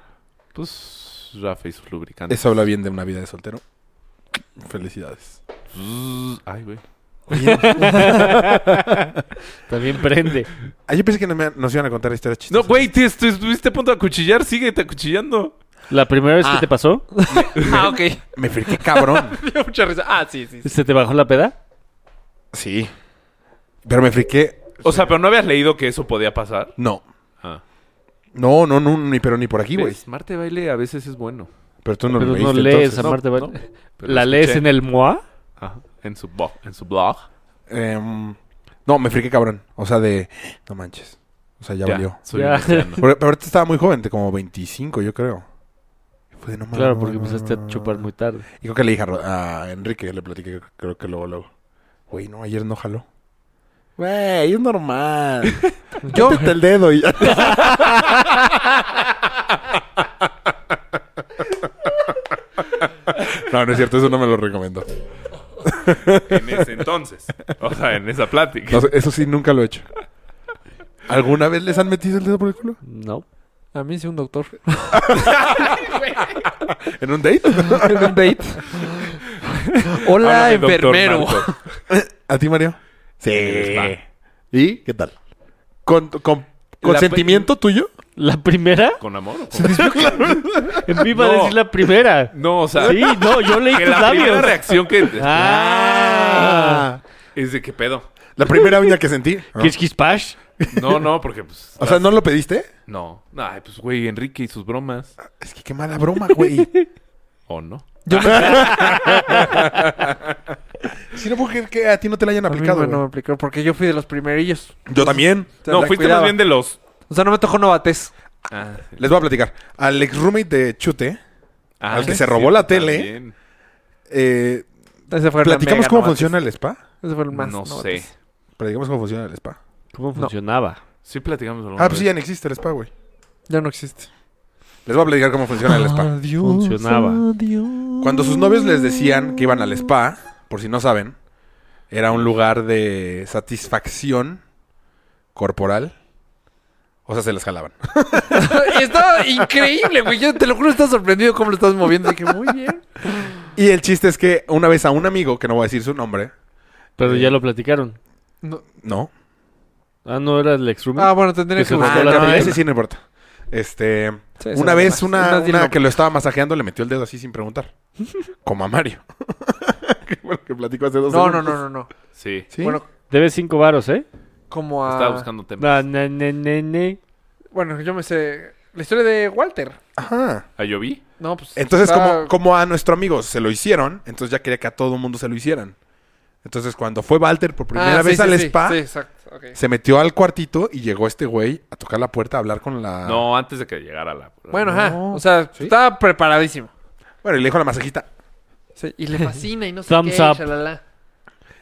S5: Pues Rafa y sus lubricantes.
S7: Eso habla bien de una vida de soltero. Felicidades.
S5: Zzz, Ay, güey.
S4: También prende.
S7: Ah, yo pensé que no me- nos iban a contar historias
S5: No,
S7: chistosas.
S5: güey, te estu- estuviste a punto de acuchillar, síguete acuchillando.
S4: ¿La primera vez que te pasó?
S6: Ah, ok.
S7: Me friqué cabrón.
S6: Dio mucha risa. Ah, sí, sí.
S4: ¿Se te bajó la peda?
S7: Sí. Pero me friqué.
S5: O sea, pero no habías leído que eso podía pasar.
S7: No.
S5: Ah.
S7: No, no, no, ni pero ni por aquí, güey.
S5: ¿Ves? Marte baile a veces es bueno.
S7: Pero tú no
S4: pero
S7: lo
S4: no
S7: leíste,
S4: lees
S7: entonces.
S4: a Marte
S5: No,
S4: Valle.
S5: pero
S4: ¿La
S5: lo
S4: lees
S5: escuché.
S4: en el MOA?
S5: Ajá. En su blog. En su blog.
S7: Em, no, me friqué cabrón. O sea, de... No manches. O sea, ya, valió.
S5: soy
S4: Ya.
S5: un anciano.
S7: Pero, pero ahorita estaba muy joven, de como 25, yo creo. Y fue de, no mames,
S4: Claro,
S7: no
S4: porque
S7: mames,
S4: empezaste
S7: no
S4: a chupar
S7: mames.
S4: muy tarde.
S7: Y creo que le dije a, Ro- a Enrique, le platiqué, creo que luego, luego. Güey, no, ayer no jaló. Güey, es normal. yo el dedo y... no, no es cierto, eso no me lo recomiendo.
S5: en ese entonces. O sea, en esa plática.
S7: No sé, eso sí, nunca lo he hecho. ¿Alguna vez les han metido el dedo por el culo?
S4: No.
S6: A mí sí un doctor.
S7: ¿En un date?
S6: en un date. Hola,
S5: Háblame, Ah, doctor
S6: enfermero.
S5: Marco.
S7: ¿A ti, Mario?
S5: En el spa.
S7: ¿Y qué tal? ¿Con, con
S5: La
S7: consentimiento tuyo?
S4: ¿La primera?
S5: ¿Con amor? o con-
S4: Me iba a
S5: No.
S4: decir la primera.
S5: No, o sea,
S4: Sí, no, yo leí
S5: que
S4: tus
S5: la primera
S4: labios.
S5: reacción que
S4: Ah.
S5: es de qué pedo.
S7: La primera uña que sentí. ¿no?
S4: Kish, kish, pash.
S5: No, no, porque pues.
S7: O sea, ¿no lo pediste?
S5: No. Ay, pues güey, Enrique y sus bromas.
S7: Es que qué mala broma, güey.
S5: ¿O no?
S7: Si no puedo creer que a ti no te la hayan
S6: A mí
S7: aplicado.
S6: no- no me
S7: güey.
S6: aplicó porque yo fui de los primerillos.
S7: Yo también.
S6: Te
S5: No,
S6: la
S5: fuiste
S6: cuidaba.
S5: más bien de los.
S6: O sea, no me tocó novates.
S5: Ah, sí.
S7: Les voy a platicar. Al ex roommate de Chute,
S5: Ah,
S7: Al que
S5: sí,
S7: se
S5: sí,
S7: robó la
S5: también.
S7: tele. eh,
S6: Ese fue el
S7: platicamos
S6: mega
S7: cómo
S6: novates.
S7: funciona el spa.
S6: Ese fue el más.
S5: No sé.
S6: novates.
S7: Platicamos cómo funciona el spa.
S4: ¿Cómo
S6: No.
S4: funcionaba?
S5: Sí platicamos alguna
S7: Ah, pues sí,
S5: vez.
S7: ya no existe el spa, güey.
S6: Ya no existe.
S7: Ah, Les voy a platicar cómo funciona el spa.
S6: Adiós,
S4: Funcionaba.
S6: adiós.
S7: Cuando sus novios les decían que iban al spa, por si no saben, era un lugar de satisfacción corporal. O sea, se les jalaban.
S6: Y Estaba increíble, güey. Yo te lo juro, estaba sorprendido cómo lo estás moviendo. Dije, muy bien.
S7: Y el chiste es que una vez a un amigo, que no voy a decir su nombre,
S4: Pero ya lo platicaron.
S7: no.
S4: Ah, no, era el ex roommate?
S6: Ah, bueno, tendría
S4: Que
S6: que
S4: se
S6: buscar
S4: buscó
S6: la
S4: la
S7: no,
S4: película.
S7: ese sí no importa. Este,
S6: Sí,
S7: una
S6: sí,
S7: vez
S6: sí,
S7: una,
S6: sí, sí,
S7: una
S6: sí,
S7: que lo estaba masajeando le metió el dedo así sin preguntar. Como a Mario. que fue lo que platicó hace dos
S6: No, no,
S7: segundos.
S6: no, no, no.
S5: Sí.
S7: ¿Sí?
S6: Bueno,
S4: Debes cinco varos, ¿eh?
S6: como a...
S5: Estaba buscando temas.
S4: Na, na, na, na, na.
S6: Bueno, yo me sé... La historia de Walter.
S7: Ajá.
S5: Ah, yo vi.
S6: No, pues...
S7: Entonces,
S6: está-
S7: como, como a nuestro amigo se lo hicieron, entonces ya quería que a todo el mundo se lo hicieran. Entonces, cuando fue Walter por primera
S6: Ah, sí,
S7: vez
S6: sí,
S7: al
S6: sí,
S7: spa,
S6: Sí, exacto. ok.
S7: se metió al cuartito y llegó este güey a tocar la puerta a hablar con la.
S5: No, antes de que llegara la.
S6: Bueno, ajá.
S7: No.
S6: O sea,
S7: Sí.
S6: estaba preparadísimo.
S7: Bueno, y le dijo a la masajita.
S6: Sí, y le fascina y no sé
S4: Thumbs
S6: qué,
S4: up.
S6: shalala.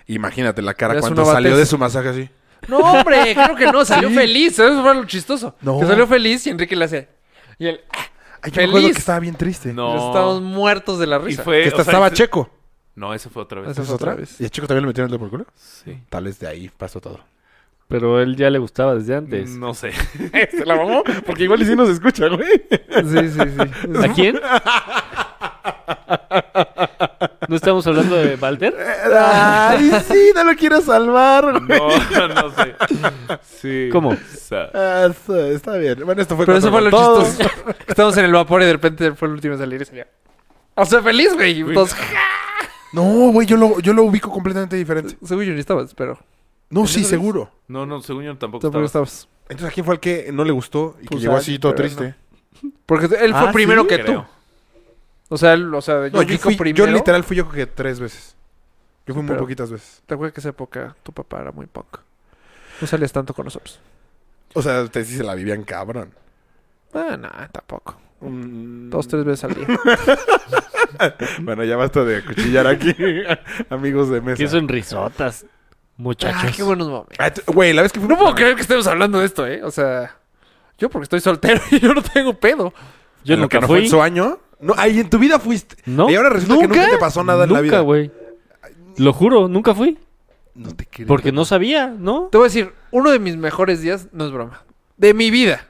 S7: Imagínate la cara
S6: Ya es
S7: cuando
S6: una
S7: salió
S6: batez.
S7: de su masaje así.
S6: No, hombre, creo que no. Salió feliz. Eso fue lo chistoso.
S7: No.
S6: Que salió feliz y Enrique le hace... Y él... ah,
S7: Ay, yo me acuerdo
S6: Feliz.
S7: que estaba bien triste.
S5: No.
S6: Estamos muertos de la
S5: Y
S6: risa.
S5: fue.
S7: que
S5: o
S7: hasta
S5: sea,
S7: estaba
S5: ese-
S7: Checo.
S5: No, ese fue otra vez.
S7: ¿Esa
S6: Ese
S7: es
S6: fue
S7: otra?
S6: otra vez.
S7: ¿Y a Checo también le metieron el dedo por el culo?
S5: Sí.
S7: Tal vez de ahí pasó todo.
S4: Pero él ya le gustaba desde antes.
S5: No sé.
S7: ¿Se la mamó? Porque igual y sí nos escucha, güey.
S6: Sí, sí, sí.
S7: Mm.
S4: ¿A quién? ¿No estamos hablando de Walter?
S7: Ay, sí, no lo quiero salvar, güey.
S5: No, no sé. Sí.
S4: ¿Cómo?
S5: O sea,
S7: Ah, está- está bien. Bueno, esto fue
S6: Pero eso
S7: Contra
S6: fue lo
S7: con Todo.
S6: chistoso. Estamos en el vapor y de repente fue el último a salir y salía. O sea, feliz, güey. Entonces,
S7: No, güey, yo lo, yo lo ubico completamente diferente.
S6: según yo no estabas, pero
S7: No, sí, seguro.
S5: No, no, según yo tampoco
S6: tampoco
S5: estaba.
S6: estabas.
S7: Entonces, ¿a quién fue el que no le gustó y que
S6: Pues
S7: llegó
S6: a-
S7: así todo
S6: pero
S7: triste?
S6: Porque él fue
S4: Ah,
S6: primero que
S5: Creo.
S6: tú. O sea, él, o sea, yo,
S7: No, yo,
S6: ubico
S7: fui, yo
S6: primero.
S7: literal fui yo creo que tres veces. Yo fui muy
S6: Pero-
S7: poquitas veces.
S6: Te acuerdas que esa época tu papá era muy punk. No salías tanto con nosotros.
S7: O sea, ustedes sí se la vivían cabrón.
S6: Ah, no, tampoco.
S7: Mm.
S6: Dos, tres veces al día.
S7: Bueno, ya basta de cuchillar aquí, amigos de mesa.
S4: ¿Qué son risotas, muchachos?
S6: Ay, qué buenos momentos.
S7: Ah, t- Güey, la vez que fui...
S6: No puedo creer que estemos hablando de esto, ¿eh? O sea, yo porque estoy soltero y yo no tengo pedo.
S4: Yo
S7: En lo
S4: nunca
S7: que no fue
S4: fui.
S7: en su año. No, ahí en tu vida fuiste.
S4: No.
S7: Y ahora resulta que nunca te pasó nada en la vida.
S4: Nunca, güey. Lo juro, nunca fui.
S7: No te creo.
S4: Porque no sabía, ¿no?
S6: Te voy a decir, uno de mis mejores días, no es broma, de mi vida.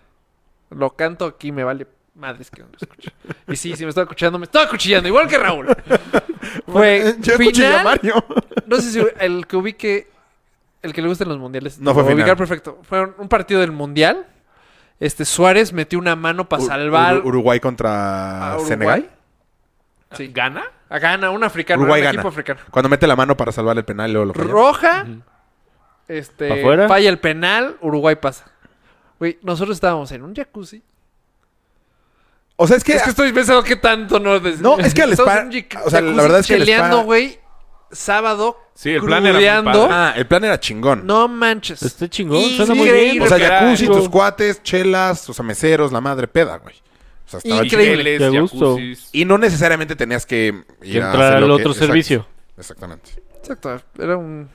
S6: Lo canto aquí, me vale madres que no lo escucho. Y sí, si me estaba escuchando, me estaba cuchillando, igual que Raúl. Fue
S7: eh, Yo cuchillé a
S6: final,
S7: Mario.
S6: no sé si el que ubique, el que le gustan los mundiales.
S7: No fue
S6: lo va a
S7: final.
S6: ubicar perfecto. Fue un- un partido del mundial. Este, Suárez metió una mano para
S7: Ur-
S6: salvar
S7: Ur- Uruguay contra
S6: a Uruguay.
S7: Senegal.
S6: Sí.
S5: ¿Gana?
S6: A Gana, un africano,
S7: Uruguay
S6: un
S7: gana.
S6: equipo africano.
S7: Cuando mete la mano para salvar el penal, luego lo falla.
S6: Roja.
S4: Ujú. ¿Pa'
S6: Este.
S4: afuera?
S6: Falla el penal. Uruguay pasa. Güey, nosotros estábamos en un jacuzzi.
S7: O sea, es que,
S6: Es que estoy pensando qué tanto no. des-
S7: No, es que al
S6: Estamos
S7: spa-
S6: en un jic-
S7: o sea, la
S6: jacuzzi
S7: verdad es que al
S6: cheleando,
S7: spa-
S6: güey. Sábado.
S5: Sí, el plan era muy
S6: crudeando.
S5: padre.
S7: Ah, el plan era chingón.
S6: No manches.
S4: Está chingón, suena muy
S6: Increíble.
S4: bien.
S7: o sea,
S5: creo que era
S7: jacuzzi,
S5: algo-
S7: tus cuates, chelas, o sea, meseros, la madre peda, güey. O sea, estaba
S6: Y-
S7: chido.
S6: Increíble.
S5: Increíble.
S4: Qué gusto.
S7: Y no necesariamente tenías que ir
S4: Que
S7: a
S4: entrar
S7: hacer
S4: al
S7: lo
S4: otro
S7: exacto,
S4: servicio.
S7: Exactamente.
S6: Exacto. Era un.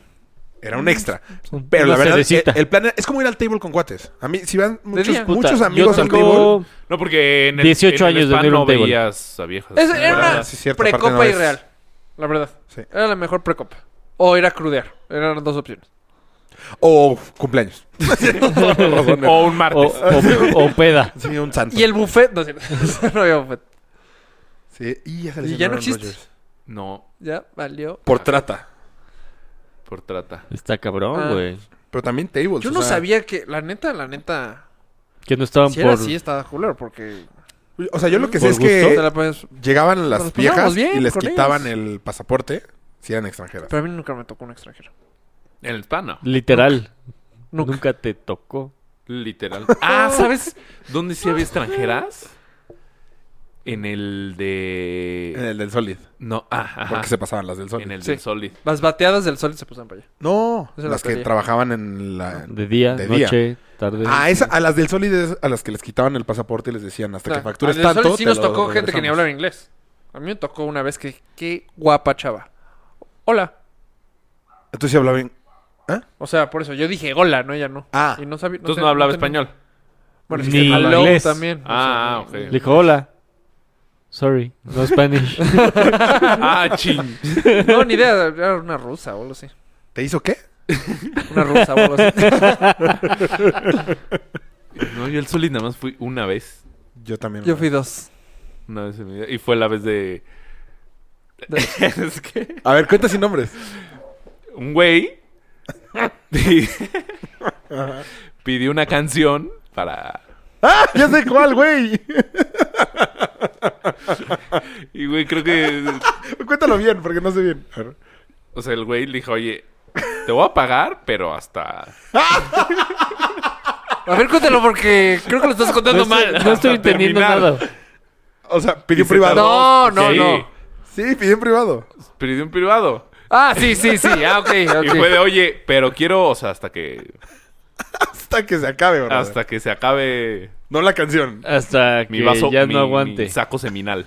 S7: Era un extra. Pero la
S4: Una
S7: verdad,
S4: cerecita.
S7: el, el plan era- es como ir al table con cuates. A mí, si van muchos,
S6: día.
S4: Puta,
S7: muchos
S4: yo
S7: amigos al table.
S4: tengo-
S5: No, porque en el,
S4: 18
S5: en el
S4: años de
S5: spa
S4: Neuro
S5: no
S4: Table.
S5: veías a viejas.
S6: Es- era una
S5: enamoradas.
S7: sí, cierto, aparte
S6: precopa
S7: no es-
S6: irreal. La verdad.
S7: Sí.
S6: Era la mejor precopa. O ir a crudear. Eran dos opciones.
S7: O cumpleaños.
S5: O
S4: O,
S5: un martes.
S4: o- o peda.
S7: Sí, un santo.
S6: Y el buffet. No, es cierto. no había buffet.
S7: Sí, y ya, se
S6: Y
S7: lesionó
S6: ya no
S7: Aaron
S6: existe.
S7: Rodgers.
S5: No,
S6: Ya valió.
S7: Por trata.
S5: por trata.
S4: Está
S6: Ah.
S4: cabrón, güey.
S7: Pero también tables.
S6: Yo
S7: Pues, o
S6: no
S7: sea,
S6: sabía que. La neta, la neta.
S4: Que no estaban
S6: Si
S4: por.
S6: era así, estaba culero, porque...
S7: O sea, yo lo que sé
S4: ¿Por
S7: es que
S6: Te la pones-
S7: llegaban las
S6: Nos
S7: viejas
S6: pasábamos bien
S7: y les
S6: con
S7: quitaban
S6: ellas.
S7: el pasaporte si eran extranjeras.
S6: Pero a mí nunca me tocó un extranjero.
S5: En el PAN, no.
S4: Literal.
S6: Nunca.
S4: Nunca. te tocó.
S5: Literal. Ah, ¿sabes dónde sí había extranjeras? En el de...
S7: En el del Solid.
S5: No, ah, ajá.
S7: Porque se pasaban las del Solid.
S5: En el
S6: Sí.
S5: del Solid.
S6: Las bateadas del sol se pasan para allá.
S7: No,
S6: Esa
S7: las
S6: la
S7: que
S6: teoría.
S7: trabajaban en la...
S4: De día,
S7: Ah, De día.
S4: noche, tarde.
S7: Ah, esa- a las del Solid es a las que les quitaban el pasaporte y les decían hasta que
S6: Claro.
S7: factures
S6: Al Ah, del
S7: tanto.
S6: Sol sí
S7: te
S6: nos
S7: lo
S6: tocó gente que ni
S7: regresamos.
S6: hablaba inglés. A mí me tocó una vez que qué guapa chava. Hola.
S7: Entonces sí hablaba en...
S6: O sea, por eso yo dije hola, no ella no.
S7: Ah.
S6: Y no sabía,
S5: Entonces
S6: sé-
S5: no hablaba
S6: tenía-
S5: español.
S6: Bueno, es
S4: Ni
S6: que hello
S4: inglés.
S6: también. o sea,
S5: Ah, ah,
S4: Le
S5: ok.
S4: dijo, hola. Sorry, no Spanish.
S5: ah, ching.
S6: No, ni idea, era una rusa o algo así.
S7: ¿Te hizo qué?
S6: Una rusa o algo así.
S5: No, yo el Solid nada más fui una vez.
S7: Yo también.
S6: Yo fui dos.
S5: Una vez en mi vida. Y fue la vez de... es que...
S7: A ver, cuenta sin nombres.
S5: un güey pi- pidió una canción para...
S7: ¡Ah! Ya sé cuál, güey.
S5: Y güey, creo que...
S7: Cuéntalo bien, porque no sé bien. A ver.
S5: O sea, el güey le dijo, oye, te voy a pagar, pero hasta...
S6: A ver, cuéntalo porque creo que lo estás contando
S5: Pues
S6: mal.
S4: No estoy
S5: Hasta
S4: entendiendo
S5: terminar.
S4: nada.
S7: O sea,
S5: Y
S7: pidió
S5: se
S7: privado.
S5: tardó.
S6: No, no, no.
S7: Sí, pidió en privado.
S5: Pidió un privado.
S6: Ah, sí, sí, sí. Ah, ok.
S5: Y
S6: ok.
S5: fue de, oye, pero quiero, o sea, hasta que...
S7: Hasta que se acabe, bro.
S5: Hasta que se acabe
S7: No la
S6: Ah,
S7: canción.
S4: Hasta
S5: mi
S4: que
S5: vaso...
S4: ya
S5: mi-
S4: no aguante.
S5: mi saco seminal.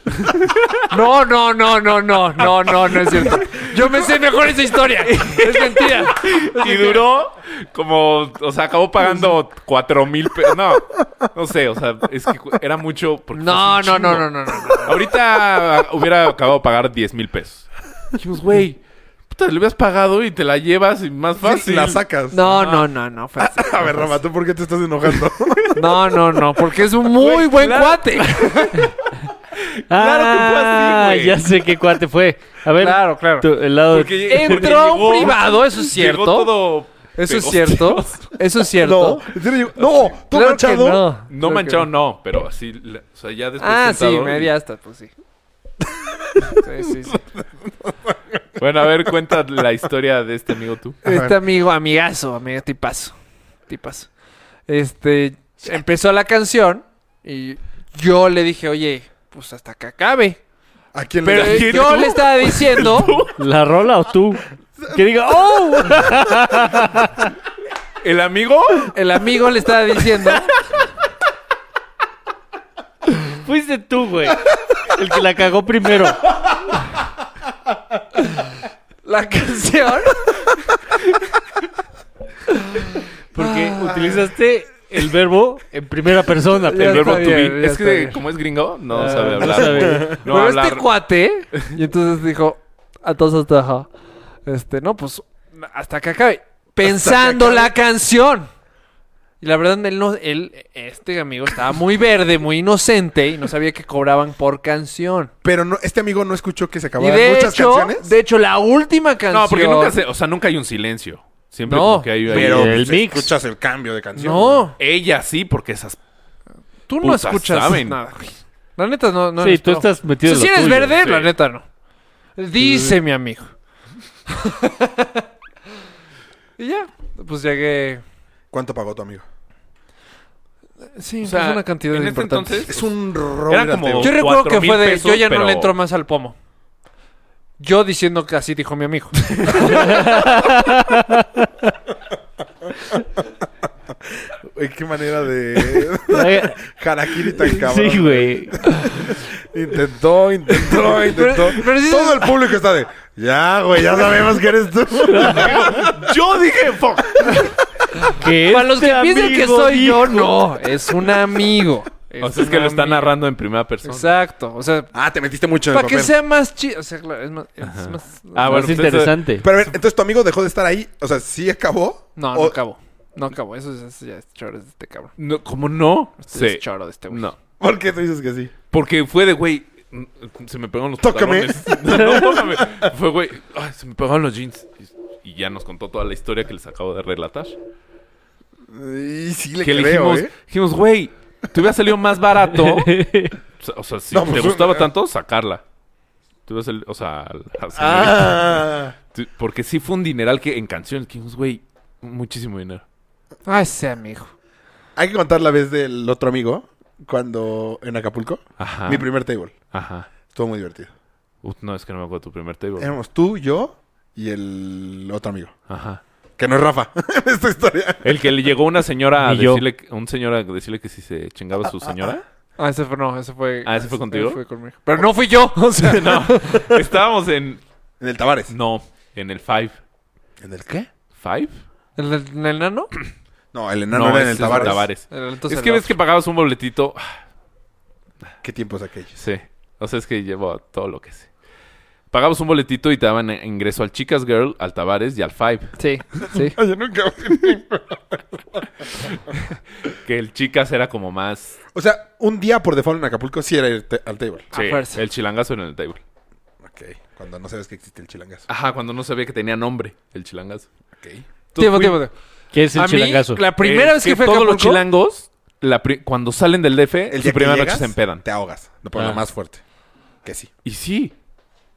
S6: No, no, no, no, no, no, no, no es cierto. Yo me sé mejor esa historia. Es mentira.
S5: Y duró como, o sea, acabó pagando cuatro mil pesos. No, no sé, o sea, es que cu- era mucho. porque
S6: No,
S5: fue
S6: no,
S5: un
S6: no,
S5: chingo.
S6: no, no, no.
S5: Ahorita ah, hubiera acabado de pagar diez mil pesos. Dijimos, güey, puta, le hubieras pagado y te la llevas y más fácil.
S7: Sí, la sacas.
S6: No, no, no, no. fue así.
S7: A ver, Rafa, ¿tú por qué te estás enojando?
S6: No, no, no, porque es un muy
S5: Güey,
S6: buen
S5: claro.
S6: cuate.
S5: Claro que fue así,
S4: Ah,
S5: güey.
S4: Ya sé qué cuate fue. A ver,
S6: Claro, claro.
S4: tu- el lado.
S5: Porque- porque
S6: Entró
S5: llegó-
S6: privado, eso es
S5: llegó
S6: cierto.
S5: todo
S6: Eso es
S5: pegosteado.
S6: cierto. Eso
S7: no,
S6: es cierto.
S7: en serio, yo- no,
S4: Claro
S7: todo
S4: que
S7: manchado.
S4: no.
S5: No
S6: Creo
S5: manchado,
S6: que-
S5: no, pero así, la- o sea, ya después.
S6: Ah, sí,
S5: sentado y-
S6: media hasta, pues sí. Sí, sí, sí.
S5: Bueno, a ver, cuenta la historia de este amigo tú.
S6: Este amigo, amigazo, amiga, tipazo. Tipazo. Este, empezó la canción y yo le dije, oye, pues hasta que acabe.
S7: ¿A quién
S6: Pero
S7: le
S5: ¿quién?
S6: yo
S5: ¿Tú?
S6: le estaba diciendo,
S4: ¿La rola o tú? Que diga, ¡Oh!
S5: ¿El amigo?
S6: el amigo le estaba diciendo,
S4: Fuiste tú, güey. El que la cagó primero.
S6: la canción.
S4: Porque utilizaste el verbo en primera persona.
S6: Ya
S5: El
S4: pendejo.
S5: verbo to
S6: está bien,
S5: be.
S6: ya
S5: Es
S6: está
S5: que,
S6: bien.
S5: como es gringo, no
S4: Ah,
S5: sabe
S4: no
S5: hablar.
S4: sabe.
S5: No
S6: Pero
S5: hablar.
S6: este cuate. Y entonces dijo, a todos hasta ajá. Este, no, pues hasta que acabe. Pensando la canción. Y la verdad, él no, él, este amigo estaba muy verde, muy inocente y no sabía que cobraban por canción.
S7: Pero no, este amigo no escuchó que se
S6: Y
S7: acababan
S6: de
S7: muchas
S6: hecho,
S7: canciones.
S6: de hecho, la última canción.
S5: No, porque nunca se, o sea, nunca hay un silencio. Siempre
S6: No,
S5: como que hay, hay-
S7: Pero
S4: El
S7: pues,
S4: mix.
S7: escuchas el cambio de canción.
S6: No,
S5: ella sí, porque esas
S6: tú no
S5: Putas,
S6: escuchas
S5: saben.
S6: nada. güey. La neta, no. no
S4: Sí,
S6: eres
S4: tú
S6: pro.
S4: estás
S6: O
S4: metido
S6: sea,
S4: en
S6: si
S4: lo
S6: eres
S4: tuyo.
S6: verde,
S5: sí.
S6: la neta no. Dice mi amigo. y ya, pues llegué.
S7: ¿Cuánto pagó tu amigo?
S6: Sí,
S5: O sea,
S6: pues una cantidad
S5: en este
S6: importante.
S5: entonces
S7: Es un robo.
S5: Era como-
S6: yo recuerdo que
S5: 4,000
S6: fue de. yo
S5: pesos,
S6: ya no
S5: pero-
S6: le entro más al pomo. Yo diciendo que así dijo mi amigo.
S7: Qué manera de... Harakiri tan cabrón.
S4: Sí, güey.
S7: Intentó, intentó, intentó.
S6: pero sí-
S7: Todo el público está de... Ya, güey, ya sabemos que eres tú.
S5: Yo dije, fuck.
S4: Que
S6: Para los
S4: este
S6: que piensan que
S4: amigo
S6: soy yo,
S4: dijo-
S6: no. Es un amigo.
S5: O sea, es que
S6: un
S5: lo está
S6: amigo.
S5: narrando en primera persona.
S6: Exacto. O sea,
S7: ah, te metiste mucho en el
S6: para que
S7: papel.
S6: sea más chido. O sea, claro, es más. es más-
S5: Ah, bueno,
S4: es
S5: pues, eso-
S4: interesante.
S7: Pero a ver, entonces tu amigo dejó de estar ahí. O sea, ¿sí acabó?
S6: No,
S7: O-
S6: no acabó. No acabó. Eso, es- eso ya es choro de este cabrón.
S5: No, ¿Cómo no?
S6: Sí.
S5: Sí.
S6: Es choro de este güey.
S5: No.
S7: ¿Por qué tú dices que sí?
S5: Porque fue de, güey, mm, se me pegaron los
S7: Tócame.
S5: pantalones. No, tócame. Fue, güey, ay, se me pegaron los jeans. Y- Y ya nos contó toda la historia que les acabo de relatar.
S7: Y sí le
S5: que le
S7: creo,
S5: dijimos,
S7: ¿eh?
S5: dijimos, güey, te hubiera salido más barato. o sea, si
S7: No,
S5: te
S7: pues,
S5: gustaba
S7: eh.
S5: tanto, sacarla. Te hubiera salido- o sea, la señorita.
S7: Ah,
S5: Tú- Porque sí fue un dineral que en canciones, que dijimos, güey, muchísimo dinero.
S6: Ay, sea Ah, amigo.
S7: hay que contar la vez del otro amigo cuando en Acapulco.
S5: Ajá.
S7: Mi primer table.
S5: Ajá.
S7: Estuvo muy divertido.
S5: Ut, no, es que no me acuerdo tu primer table.
S7: Éramos tú, yo y el otro amigo.
S5: Ajá.
S7: Que no es Rafa en esta historia.
S5: El que le llegó una señora a
S4: Y yo.
S5: decirle, que- un señor a decirle que si se chingaba a su señora.
S6: Ah, ese fue, no, ese fue.
S5: Ah, ¿ese fue contigo?
S6: Fue conmigo. Pero no fui yo. O sea,
S5: No, estábamos en...
S7: En el Tavares.
S5: No, en el Five.
S7: ¿En el qué?
S5: ¿Five?
S6: ¿El, el, el nano?
S7: No, el enano era en
S5: ese
S7: el
S5: es de
S7: Tavares.
S5: Tavares.
S6: El- entonces
S5: es que
S6: el
S5: ves que pagabas un boletito. ah,
S7: ¿Qué tiempos aquellos?
S5: Sí. O sea, es que llevo todo lo que sé. Pagabas un boletito y te daban eh, ingreso al Chicas Girl, al Tavares y al Five.
S6: otro. Sí, sí.
S7: Ay, yo nunca.
S5: Que el Chicas era como más...
S7: o sea, un día por default en Acapulco sí era irte al table.
S6: A fuerza.
S5: el chilangazo en el table.
S7: Ok. Cuando no sabes que existe el chilangazo.
S5: Ajá, cuando no sabía que tenía nombre, el chilangazo.
S7: Ok.
S5: Tú
S6: Tiempo,
S5: fui-
S6: tiempo, tiempo.
S4: ¿Qué es el
S6: A mí,
S4: chilangazo?
S6: la primera
S5: Eh,
S6: vez que, fui a
S5: todos los
S6: Acapulco-
S5: chilangos, la pri- cuando salen del DF,
S7: El
S5: su
S7: día que
S5: primera noche
S7: llegas,
S5: se empedan.
S7: Te ahogas. No, pero
S4: Ah.
S7: lo más fuerte. Que sí.
S5: Y sí,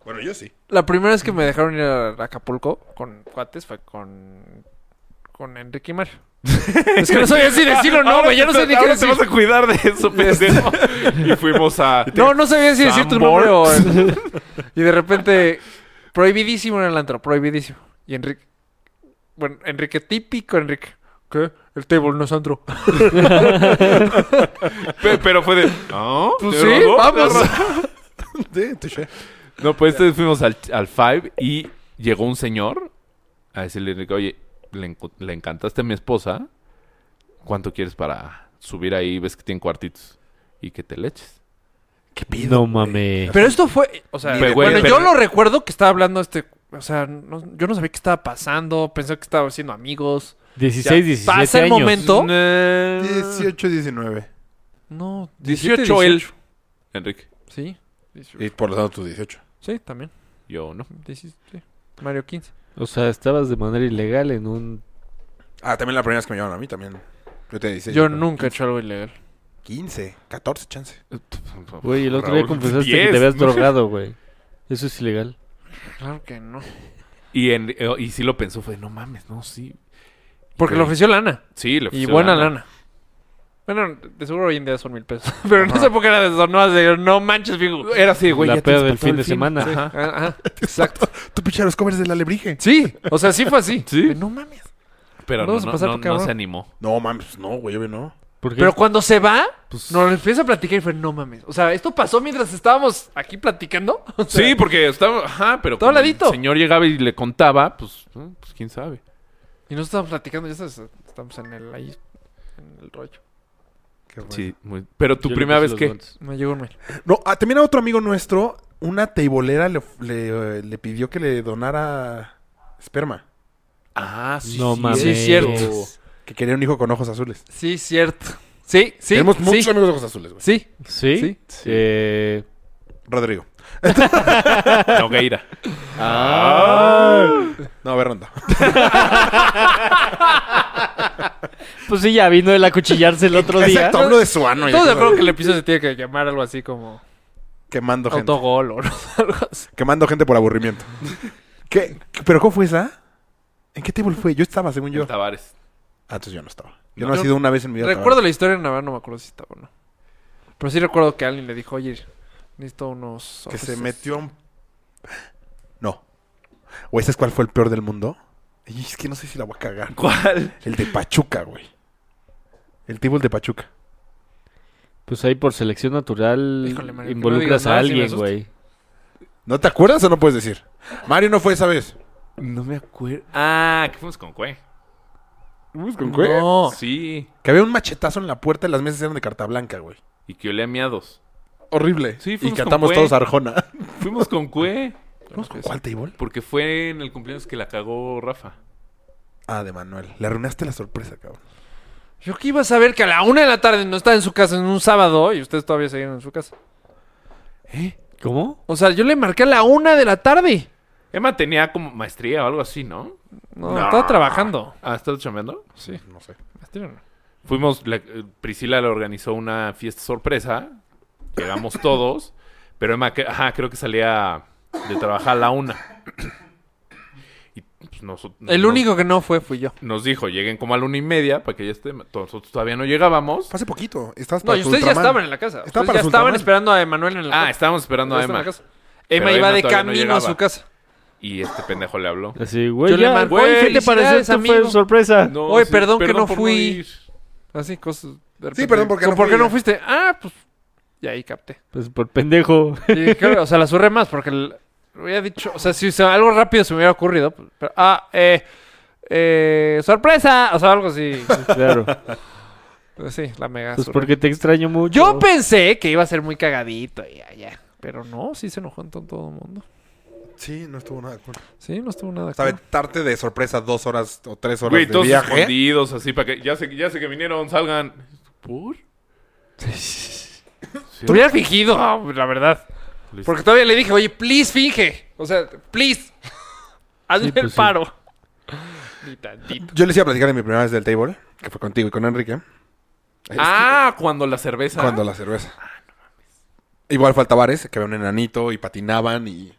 S7: Bueno, yo sí.
S6: La primera vez que me dejaron ir a Acapulco con cuates fue con. con Enrique y Mario. es que no sabía si decirlo o no,
S5: Ahora
S6: güey. Ya
S5: te-
S6: no sé ni qué
S5: ahora
S6: decir. Este.
S5: te vas a cuidar de eso, pendejo. y fuimos a...
S6: No, no sabía si decir tu nombre o.
S5: Sanborns.
S6: y de repente. Prohibidísimo en el antro, prohibidísimo. Y Enrique. Bueno, Enrique, típico Enrique. ¿Qué? El table no es antro.
S5: Pe- Pero fue de... ¿No? ¿Te
S6: Pues sí,
S5: drogó?
S6: vamos.
S7: Sí, touché.
S5: No, pues este fuimos al, al Five y llegó un señor a decirle, Enrique, oye, le, encu- le encantaste a mi esposa. ¿Cuánto quieres para subir ahí? Ves que tiene cuartitos. Y que te le eches.
S7: ¿Qué
S4: No mames.
S6: Pero esto fue. O sea,
S5: Ni de
S6: bueno,
S5: pedo.
S6: yo lo recuerdo que estaba hablando este. O sea, no- yo no sabía qué estaba pasando. Pensé que estaba siendo amigos.
S4: 16,
S6: Ya,
S4: 17
S6: pasa el
S4: años.
S6: momento. Ah.
S5: Eh,
S7: 18, 19.
S6: No,
S5: 18,
S6: 17, 18
S5: él. Enrique,
S6: Sí. Eh.
S7: Y por lo tanto tú 18.
S6: Sí, también.
S5: yo no.
S6: 17, sí. Mario 15.
S4: O sea, estabas de manera ilegal en un...
S7: Ah, también la primera vez que me llevaron a mí también. Yo te dije.
S6: yo nunca he hecho algo ilegal.
S7: 15, 14 chance.
S4: Güey, el otro día
S5: Raúl,
S4: confesaste que
S5: 10,
S4: te habías
S5: ¿no?
S4: drogado, güey. Eso es ilegal.
S6: Claro que no.
S5: Y, en- eh, y sí lo pensó, fue, no mames, no, sí.
S6: Porque
S5: Güey.
S6: le ofreció lana.
S5: Sí, le
S6: Y
S5: ofreció
S6: buena lana. Bueno, de seguro hoy en día son mil pesos. Pero en esa época era de son, no, de no manches, fijo.
S5: Era así, güey.
S4: la
S5: ya tienes
S4: peda del
S5: para todo
S4: fin de
S5: el
S4: semana.
S5: Ajá.
S6: Ah, Ajá, exacto.
S7: Tú pinche los covers del alebrije.
S6: Sí, o sea, sí fue así.
S5: Sí.
S6: De, No mames.
S5: Pero no,
S6: Vamos a
S5: no,
S6: pasar
S5: no-
S6: por
S5: no
S6: cabrón.
S5: se animó.
S7: No, mames, no, güey, yo no.
S4: ¿Por qué?
S6: Pero cuando se va,
S5: Pues-
S6: nos lo empieza a platicar y fue, no mames. O sea, esto pasó mientras estábamos aquí platicando. O sea,
S5: Sí, porque estaba. Ajá, pero.
S6: Todo
S5: como
S6: ladito.
S5: El señor llegaba y le contaba, pues, eh, pues quién sabe. pues.
S6: Y nos estábamos platicando, ya sabes, estamos en el ahí, en el rollo.
S7: Qué bueno.
S5: Sí, muy- Pero tu
S4: Yo le
S5: primera
S4: puse
S5: vez
S4: los
S5: que.
S4: guantes.
S6: Me llegó un mail.
S7: No, ah, también a otro amigo nuestro, una teibolera le, of- le, eh, le pidió que le donara esperma.
S5: Ah, sí.
S4: No
S5: sí,
S4: mames.
S6: Sí, cierto.
S7: Que quería un hijo con ojos azules.
S6: Sí, cierto. Sí, sí.
S7: Tenemos
S6: sí,
S7: muchos amigos de ojos azules, güey.
S6: Sí.
S4: ¿Sí?
S6: Sí.
S4: Eh,
S7: Rodrigo.
S5: Nogueira.
S7: No, a ver, ronda.
S4: Pues sí, ya vino el acuchillarse el otro día.
S7: Exacto, hablo de Suano.
S6: Todos de acuerdo que el episodio se tiene que llamar algo así como
S7: Quemando gente.
S6: autogol o no sé, algo así.
S7: Quemando gente por aburrimiento. ¿Qué? ¿Pero cómo fue esa? ¿En qué table fue? Yo estaba, según yo.
S5: El Tavares.
S7: Ah, entonces yo no estaba. Yo
S6: No,
S7: no, he
S6: yo-
S7: sido una vez en mi vida. a
S6: Recuerdo la historia, la verdad no me acuerdo si estaba o no. Pero sí recuerdo que alguien le dijo, oye, necesito unos...
S7: Tabasco. Que se
S6: ojos".
S7: metió un... No. ¿O ese es cuál fue el peor del mundo? Y es que no sé si la voy a cagar.
S5: ¿Cuál?
S7: El de Pachuca, güey. El table de Pachuca.
S4: Pues ahí por selección natural
S6: Híjole, Mario, que no
S4: involucras
S6: digas nada,
S4: a
S6: sí me
S4: alguien,
S6: asusta.
S4: güey.
S7: ¿No te acuerdas o no puedes decir? Mario no fue esa vez.
S5: No me acuerdo. Ah, que fuimos con Cue.
S7: No.
S5: Sí.
S7: Que había un machetazo en la puerta y las mesas eran de carta blanca, güey.
S5: Y que olía a miados.
S7: Horrible.
S5: Sí,
S7: y
S5: fuimos con
S7: cantamos
S5: Cue.
S7: todos Arjona.
S5: Fuimos con Cue.
S7: ¿Cuál table?
S5: Porque fue en el cumpleaños que la cagó Rafa.
S7: Ah, de Manuel. Le arruinaste la sorpresa, cabrón.
S6: Yo que iba a saber que a la una de la tarde no estaba en su casa en un sábado y ustedes todavía seguían en su casa.
S7: ¿Eh?
S4: ¿Cómo?
S6: O sea, yo le marqué a la una de la tarde.
S5: Emma tenía como maestría o algo así, ¿no?
S6: No, estaba trabajando.
S5: Ah, ¿estás chambeando?
S6: Sí.
S7: No sé.
S5: Fuimos, le- eh, Priscila le organizó una fiesta sorpresa. Llegamos todos. Pero Emma, que- ajá, creo que salía de trabajar a la una. Y pues, noso-
S6: El
S5: nos-
S6: único que no fue fui yo.
S5: Nos dijo, lleguen como a la una y media para que ya esté. Nosotros todavía no llegábamos.
S7: Hace poquito. Estabas
S6: No,
S7: para
S6: y
S7: tu
S6: ustedes ya
S7: Ultraman.
S6: estaban en la casa.
S7: Estaba
S6: Ustedes
S7: para
S6: ya
S7: su
S6: estaban
S7: Ultraman.
S6: esperando a Emanuel en la
S5: Ah,
S6: casa.
S5: estábamos esperando a
S6: Estaba en
S5: Emma.
S6: la casa. Emma
S5: Pero
S6: iba
S5: Emma
S6: de
S5: todavía no
S6: camino a
S5: llegaba.
S6: su casa.
S5: Y este pendejo le habló.
S4: Así, güey,
S6: Yo le
S4: ya,
S6: marco,
S4: güey,
S6: "Oye,
S4: ¿qué te pareció?
S6: felicidades,
S4: Esto fue
S6: amigo".
S4: una sorpresa.
S6: Oye, perdón que no
S5: por
S6: fui.
S5: ir.
S6: Así, cosas. de
S7: Sí,
S6: repente,
S7: perdón, porque
S6: ¿Por,
S7: no
S6: por
S7: fui
S6: qué no
S7: yo.
S6: fuiste? Ah, pues. Y ahí capté.
S4: Pues por pendejo.
S6: Y dije, o sea, la surré más porque el- lo hubiera dicho. O sea, si se- algo rápido se me hubiera ocurrido. pues, pero- ah, eh. eh, ¡Sorpresa! O sea, algo así.
S4: claro.
S6: Pues sí, la mega.
S4: Pues
S6: surré.
S4: porque te extraño mucho.
S6: Yo pensé que iba a ser muy cagadito y allá. Pero no, sí se enojó en todo el mundo.
S7: Sí, no estuvo nada cool.
S6: Sí, no estuvo nada.
S7: O sea,
S6: cool.
S7: aventarte de sorpresa dos horas o tres horas
S5: Güey,
S7: de
S5: todos
S7: viaje.
S5: escondidos así para que ya sé, que- ya sé que vinieron, salgan. ¿Por?
S6: Te hubiera fingido, la verdad.
S5: Luis.
S6: Porque todavía le dije, oye, please finge. O sea, please. Hazme
S4: pues,
S6: el
S4: sí.
S6: paro. Ni tantito.
S7: Yo les iba a platicar de mi primera vez del table, que fue contigo y con Enrique,
S5: Ah, cuando la cerveza.
S7: cuando la cerveza. Igual fue al Tavares, que había un enanito y patinaban y...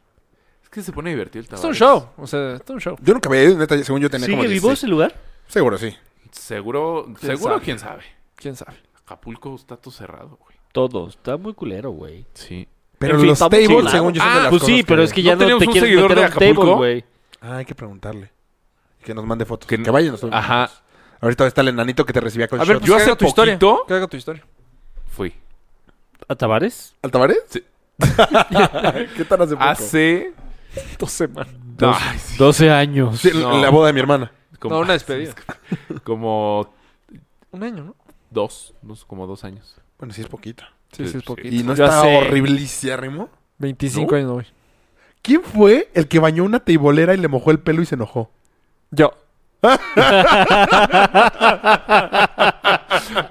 S5: Es que se pone divertido el
S6: Es
S5: tabaco.
S6: un show. O sea, es un show.
S7: Yo nunca había ido, neta, según yo tenía
S4: ¿Sigue
S7: como
S4: vivo
S7: 16.
S4: ese lugar?
S7: Seguro, sí.
S5: Seguro,
S6: ¿Quién
S5: seguro
S6: sabe?
S5: quién sabe.
S6: ¿Quién sabe?
S5: Acapulco está todo cerrado, güey.
S4: Todo. Está muy culero, güey.
S5: Sí.
S7: Pero
S4: En fin,
S7: los
S4: está muy
S7: tables,
S4: chulado.
S7: según yo, son de
S5: Ah,
S7: las
S4: pues sí,
S7: cosas
S4: pero es que
S5: ¿No
S4: ya no,
S5: tenemos
S4: te
S5: un
S4: quieres
S5: seguidor
S4: meter
S5: de
S4: a un table,
S5: Acapulco?
S4: güey.
S7: Ah, hay que preguntarle. Que nos mande fotos.
S5: Que-
S7: Que, vayan. nos tomen
S5: Ajá.
S7: fotos. Ahorita está el enanito que te recibía con
S6: A ver,
S7: shot.
S6: pues,
S5: Yo
S6: que
S5: hace
S6: haga tu historia.
S5: poquito-
S6: Que haga tu historia.
S5: Fui.
S4: ¿A Tavares?
S7: ¿Al Tavares?
S5: Sí.
S7: ¿Qué tal hace poco?
S5: Hace.
S6: Dos semanas.
S5: No,
S4: 12 años.
S7: Sí,
S5: No.
S7: La boda de mi hermana.
S5: como,
S6: No, una despedida.
S5: como
S6: Un año, ¿no?
S5: dos, dos, como dos años.
S7: Bueno, sí es poquito.
S6: Sí, sí, es poquito.
S7: ¿Y no
S4: Ya
S7: está
S4: sé.
S7: horribilísimo?
S6: 25
S5: ¿No?
S6: años no voy.
S7: ¿Quién fue el que bañó una teibolera y le mojó el pelo y se enojó?
S6: Yo.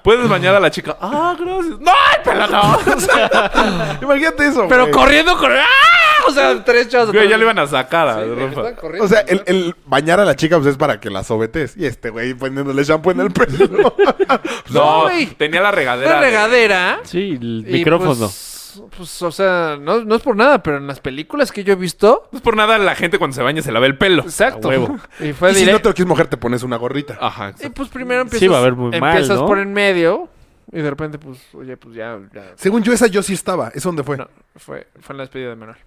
S5: Puedes bañar a la chica. Ah, gracias. No, el pelo no.
S7: Imagínate eso.
S6: Pero
S7: güey.
S6: corriendo con. ¡Ah! O sea, tres chavos.
S5: Güey, ya le iban a sacar a
S6: Están
S5: Rafa.
S6: corriendo.
S7: O sea, el, el bañar a la chica pues, es para que la sobetes. Y este güey poniéndole shampoo en el pelo.
S5: No,
S6: güey.
S5: tenía la regadera.
S6: Una
S5: de-
S6: regadera.
S4: Sí, el
S6: y
S4: micrófono.
S6: Pues, pues, o sea, no, no es por nada, pero en las películas que yo he visto.
S5: No es por nada la gente cuando se baña se lava el pelo.
S6: Exacto.
S4: A huevo.
S6: Y fue
S7: y si no
S6: directo.
S7: te lo quieres mojar, te pones una gorrita.
S5: Ajá.
S6: Y
S5: exacto.
S6: pues primero empiezas,
S4: Sí, va a haber muy mal,
S6: empiezas
S4: ¿no?
S6: por en medio y de repente, pues, oye, pues ya, ya
S7: Según yo, esa yo sí estaba. ¿Es donde fue?
S6: No, fue, fue en la despedida de Manuel.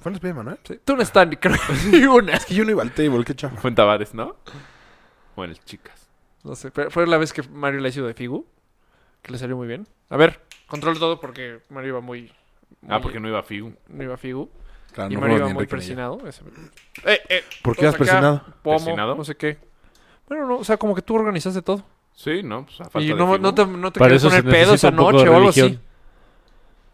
S7: ¿Fue en la espía de Manuel?
S6: Tú no estás, creo, ni una.
S7: Es que yo no iba al table, qué chafa.
S5: Fue en Tavares, ¿no? O en el Chicas.
S6: No sé, pero fue la vez que Mario la hizo de Figu, que le salió muy bien. A ver, control todo porque Mario iba muy...
S5: Ah,
S6: muy-
S5: porque no iba a Figu.
S6: no iba Figu.
S4: Ah,
S7: Claro,
S6: y
S7: no
S6: Mario
S7: fueron
S6: iba
S7: ni Enrique
S6: muy
S7: ni yo.
S6: presionado. Ese- Eh, eh,
S7: ¿Por qué
S6: todos
S7: ibas
S6: acá,
S7: presionado?
S6: pomo,
S5: ¿Presionado?
S6: no sé qué. Bueno, no, o sea, como que tú organizaste todo.
S5: Sí, ¿no? Pues a falta
S6: y
S5: de
S6: no,
S5: Figu.
S6: no te, no te
S4: Para
S6: querías
S4: eso se
S6: poner
S4: necesita
S6: pedo esa
S4: un poco
S6: noche
S4: de
S6: o algo así.
S4: religión.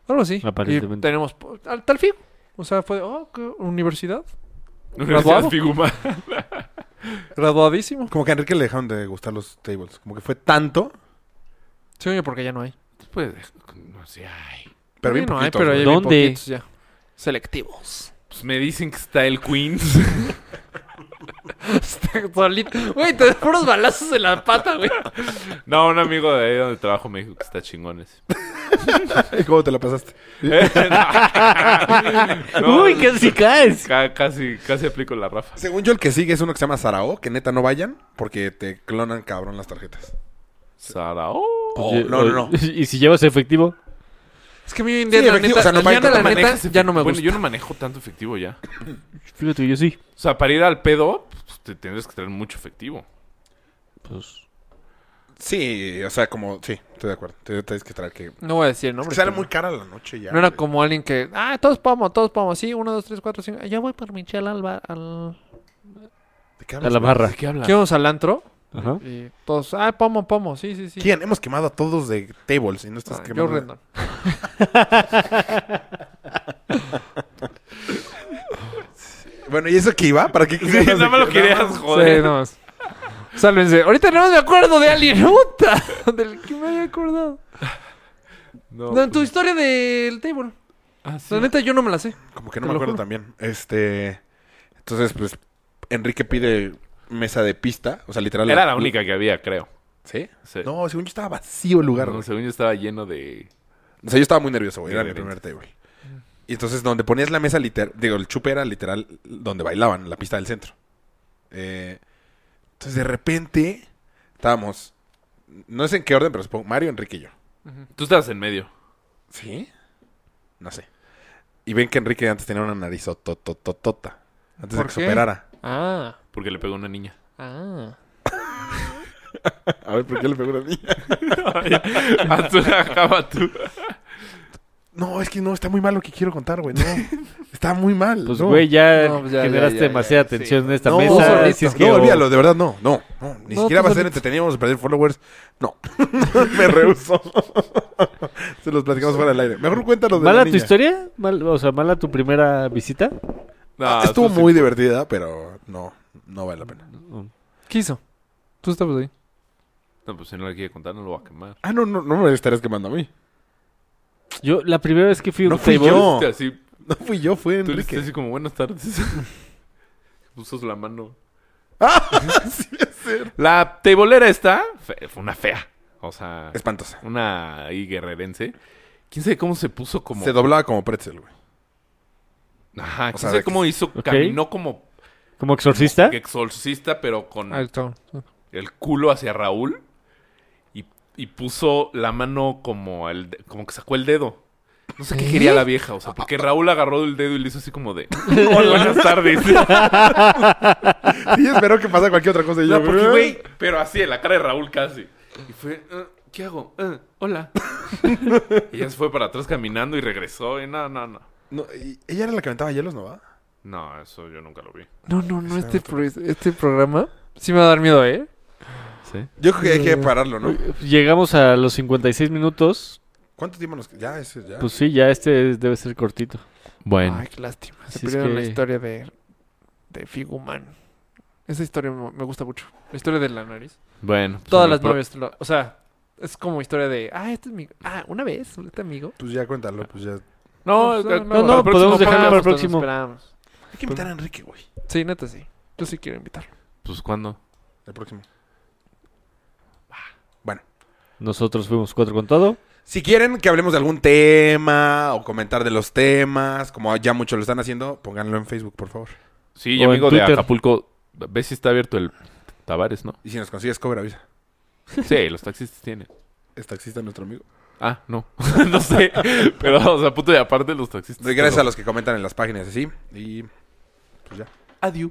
S6: Algo así.
S4: Aparentemente.
S6: Y tenemos po- al- tal Figu. O sea, fue de, oh, ¿qué? universidad.
S5: No
S6: graduado.
S5: necesitas Figu más.
S6: Graduadísimo.
S7: Como que a Enrique le dejaron de gustar los tables. Como que fue tanto,
S6: Sí, oye, porque ya no hay.
S5: Pues, no sé, ay.
S7: pero
S6: Sí,
S7: bien
S6: no hay,
S7: poquito,
S6: pero
S7: güey.
S6: hay bien
S4: ¿Dónde?
S6: poquitos ya. Selectivos.
S5: Pues me dicen que está el Queens.
S6: Está Solito. Güey, te das puros balazos en la pata, güey.
S5: no, un amigo de ahí donde trabajo me dijo que está chingón ese.
S7: ¿Y cómo te la pasaste?
S5: No,
S4: Uy, casi caes.
S5: ca- casi, casi aplico la Rafa.
S7: Según yo, el que sigue es uno que se llama Sarao, que neta no vayan porque te clonan cabrón las tarjetas.
S5: Sara.
S7: Oh, no, no, no.
S4: ¿Y si llevas efectivo?
S6: Es que a mí hoy en día,
S7: Sí,
S6: la
S7: efectivo,
S6: neta,
S7: o sea, no
S6: la
S7: mames,
S6: neta, la
S7: ¿cómo
S6: neta, ya no me gusta.
S5: Bueno, yo no manejo tanto efectivo ya.
S4: Fíjate, yo sí.
S5: O sea, para ir al pedo, pues, te tendrías que traer mucho efectivo.
S4: Pues,
S7: Sí, o sea, como, sí, estoy de acuerdo. Te tienes que traer que.
S6: No voy a decir
S7: Es
S6: nombres.
S7: que sale
S6: pero-
S7: muy cara la noche ya.
S6: No era
S7: güey.
S6: como alguien que, ah, todos pomo, todos pomo. Sí, uno, dos, tres, cuatro, cinco. Ya voy por Michelle al... bar- al...
S7: ¿De qué
S4: a
S7: hablas,
S4: la
S7: güey?
S4: barra.
S5: ¿De qué hablas?
S6: ¿Qué vamos al antro?
S4: Ajá.
S6: Y todos, ah, pomo, pomo. Sí, sí, sí.
S7: ¿Quién? Hemos quemado a todos de tables y no estás
S6: Ah, yo
S7: quemando.
S6: Rendon.
S7: Bueno, ¿y eso qué iba? ¿Para qué
S5: Sí,
S7: querías
S5: nada más lo
S7: de-
S5: querías
S6: Sí,
S5: joder.
S6: no más. Sálvense. Ahorita no me acuerdo de alguien. ¡Puta! Del que me había acordado.
S5: No, pues,
S7: pues.
S6: No, en tu historia del table.
S5: Ah, sí.
S6: La neta, yo no me la sé.
S7: Como que no
S6: Te
S7: me
S6: lo
S7: acuerdo
S6: juro.
S7: también. Este. Entonces, pues, Enrique pide mesa de pista. O sea, literal.
S5: Era la única que había, creo.
S7: ¿Sí?
S5: Sí.
S7: No, según yo estaba vacío el lugar.
S5: No,
S7: güey.
S5: según yo estaba lleno de...
S7: O sea, yo estaba muy nervioso, güey. Era mi primer
S5: Evidente.
S7: table. Y entonces, donde ponías la mesa, literal. Digo, el chupe era literal donde bailaban, la pista del centro. Eh, entonces, de repente, estábamos. No sé en qué orden, pero supongo Mario, Enrique y yo.
S5: Tú estabas en medio.
S7: ¿Sí? No sé. Y ven que Enrique antes tenía una narizotototota. Antes de
S6: ¿Por
S7: que
S6: qué?
S7: se operara.
S6: Ah,
S5: Porque le pegó una niña.
S6: ah.
S7: A ver, ¿por qué le pegó a mí?
S5: Ah, tú, acaba tú.
S7: No, es que no, está muy mal lo que quiero contar, güey. No. Está muy mal.
S4: Pues,
S7: no.
S4: güey, ya,
S6: No, pues ya,
S4: generaste
S6: ya, ya,
S4: demasiada atención en esta
S7: No,
S4: mesa.
S7: tú solito.
S4: si es que-
S7: no, olvídalo, de verdad, no, no, no. Ni
S6: No,
S7: siquiera
S6: tú
S7: va a ser
S6: solito.
S7: entretenido, vamos a perder followers. No, me rehuso. Se los platicamos fuera del aire. Mejor cuéntalo de la
S4: ¿Mala tu
S7: niña.
S4: historia? Mal- o sea, ¿mala tu primera visita?
S5: No,
S7: Ah, Estuvo
S5: tú sí.
S7: muy divertida, pero no, no vale la pena.
S6: ¿Qué hizo? Tú estabas ahí.
S5: No, pues si no la quiere contar, no lo va a quemar.
S7: Ah, no, no, no me estarías quemando a mí.
S4: Yo, la primera vez que fui a un
S7: No fui
S4: table-
S7: yo.
S5: Tú le hiciste así,
S7: No fui yo, fue
S5: tú le hiciste
S7: Enrique.
S5: así como, buenas tardes. Puso la mano.
S7: Sí, es cierto.
S5: La tebolera está, fe- fue una fea. O sea,
S7: Espantosa.
S5: una ahí guerrerense. ¿Quién sabe cómo se puso como...
S7: Se doblaba como pretzel, güey.
S5: Ajá, ¿quién
S7: O sea,
S5: sabe
S7: de que-
S5: cómo hizo?
S4: Ok. ¿Eh?
S5: Caminó como
S4: ¿Como exorcista?
S5: exorcista, pero
S7: Mm.
S5: con
S6: Ah, está.
S5: el culo hacia Raúl. Y, y puso la mano como, el, de- como que sacó el dedo. No sé qué quería la vieja, o sea, porque Raúl agarró el dedo y le hizo así como de... Hola, buenas tardes.
S7: Y espero que pase cualquier otra cosa. Y yo, "Ah".
S5: No, porque, güey, pero así, en la cara de Raúl casi. Y fue, "Ah, ¿qué hago? Ah, hola. y ella se fue para atrás caminando y regresó. Y no, no, no.
S7: No, y- ella era la que aventaba hielos, ¿no va?
S5: No, eso yo nunca lo vi.
S6: No, no, no, este, pro- este programa sí me va a dar miedo, ¿eh?
S7: Yo creo que hay que pararlo, ¿no?
S4: Llegamos a los 56 minutos.
S7: ¿Cuánto tiempo nos Ya, eso ya.
S4: Pues sí, ya este es- debe ser cortito.
S5: Bueno.
S6: Ay, qué lástima.
S4: Así
S6: Se
S4: es
S6: perdieron la
S4: que-
S6: historia de, de Figuman. Esa historia me me gusta mucho. La historia de la nariz.
S5: Bueno. pues, en
S6: Todas
S5: el
S6: las
S5: pro-
S6: novias. lo- o sea, es como historia de. Ah, este es mi. Ah, una vez, este amigo.
S7: Pues ya cuéntalo, pues ya. Hay
S5: No,
S6: Pues,
S5: no,
S4: no,
S5: no,
S4: no, podemos dejarlo para el próximo.
S6: Esperamos.
S7: que invitar a Enrique, güey.
S6: Sí, neta, sí. Yo sí quiero invitarlo.
S5: Pues cuándo.
S7: El próximo.
S4: Nosotros fuimos cuatro con todo.
S7: Si quieren que hablemos de algún tema o comentar de los temas, como ya muchos lo están haciendo, pónganlo en Facebook, por favor.
S5: Sí,
S4: O
S5: y
S4: en
S5: amigo de
S4: Twitter.
S5: Acapulco. Ves si está abierto el Tavares, ¿no?
S7: Y si nos consigues cobra, avisa.
S5: Sí, los taxistas tienen.
S7: Es taxista nuestro amigo.
S5: Ah, no. no sé. Pero, o sea, punto de aparte los taxistas.
S7: Doy gracias a
S5: pero-
S7: los que comentan en las páginas así. Y pues ya.
S5: Adiós.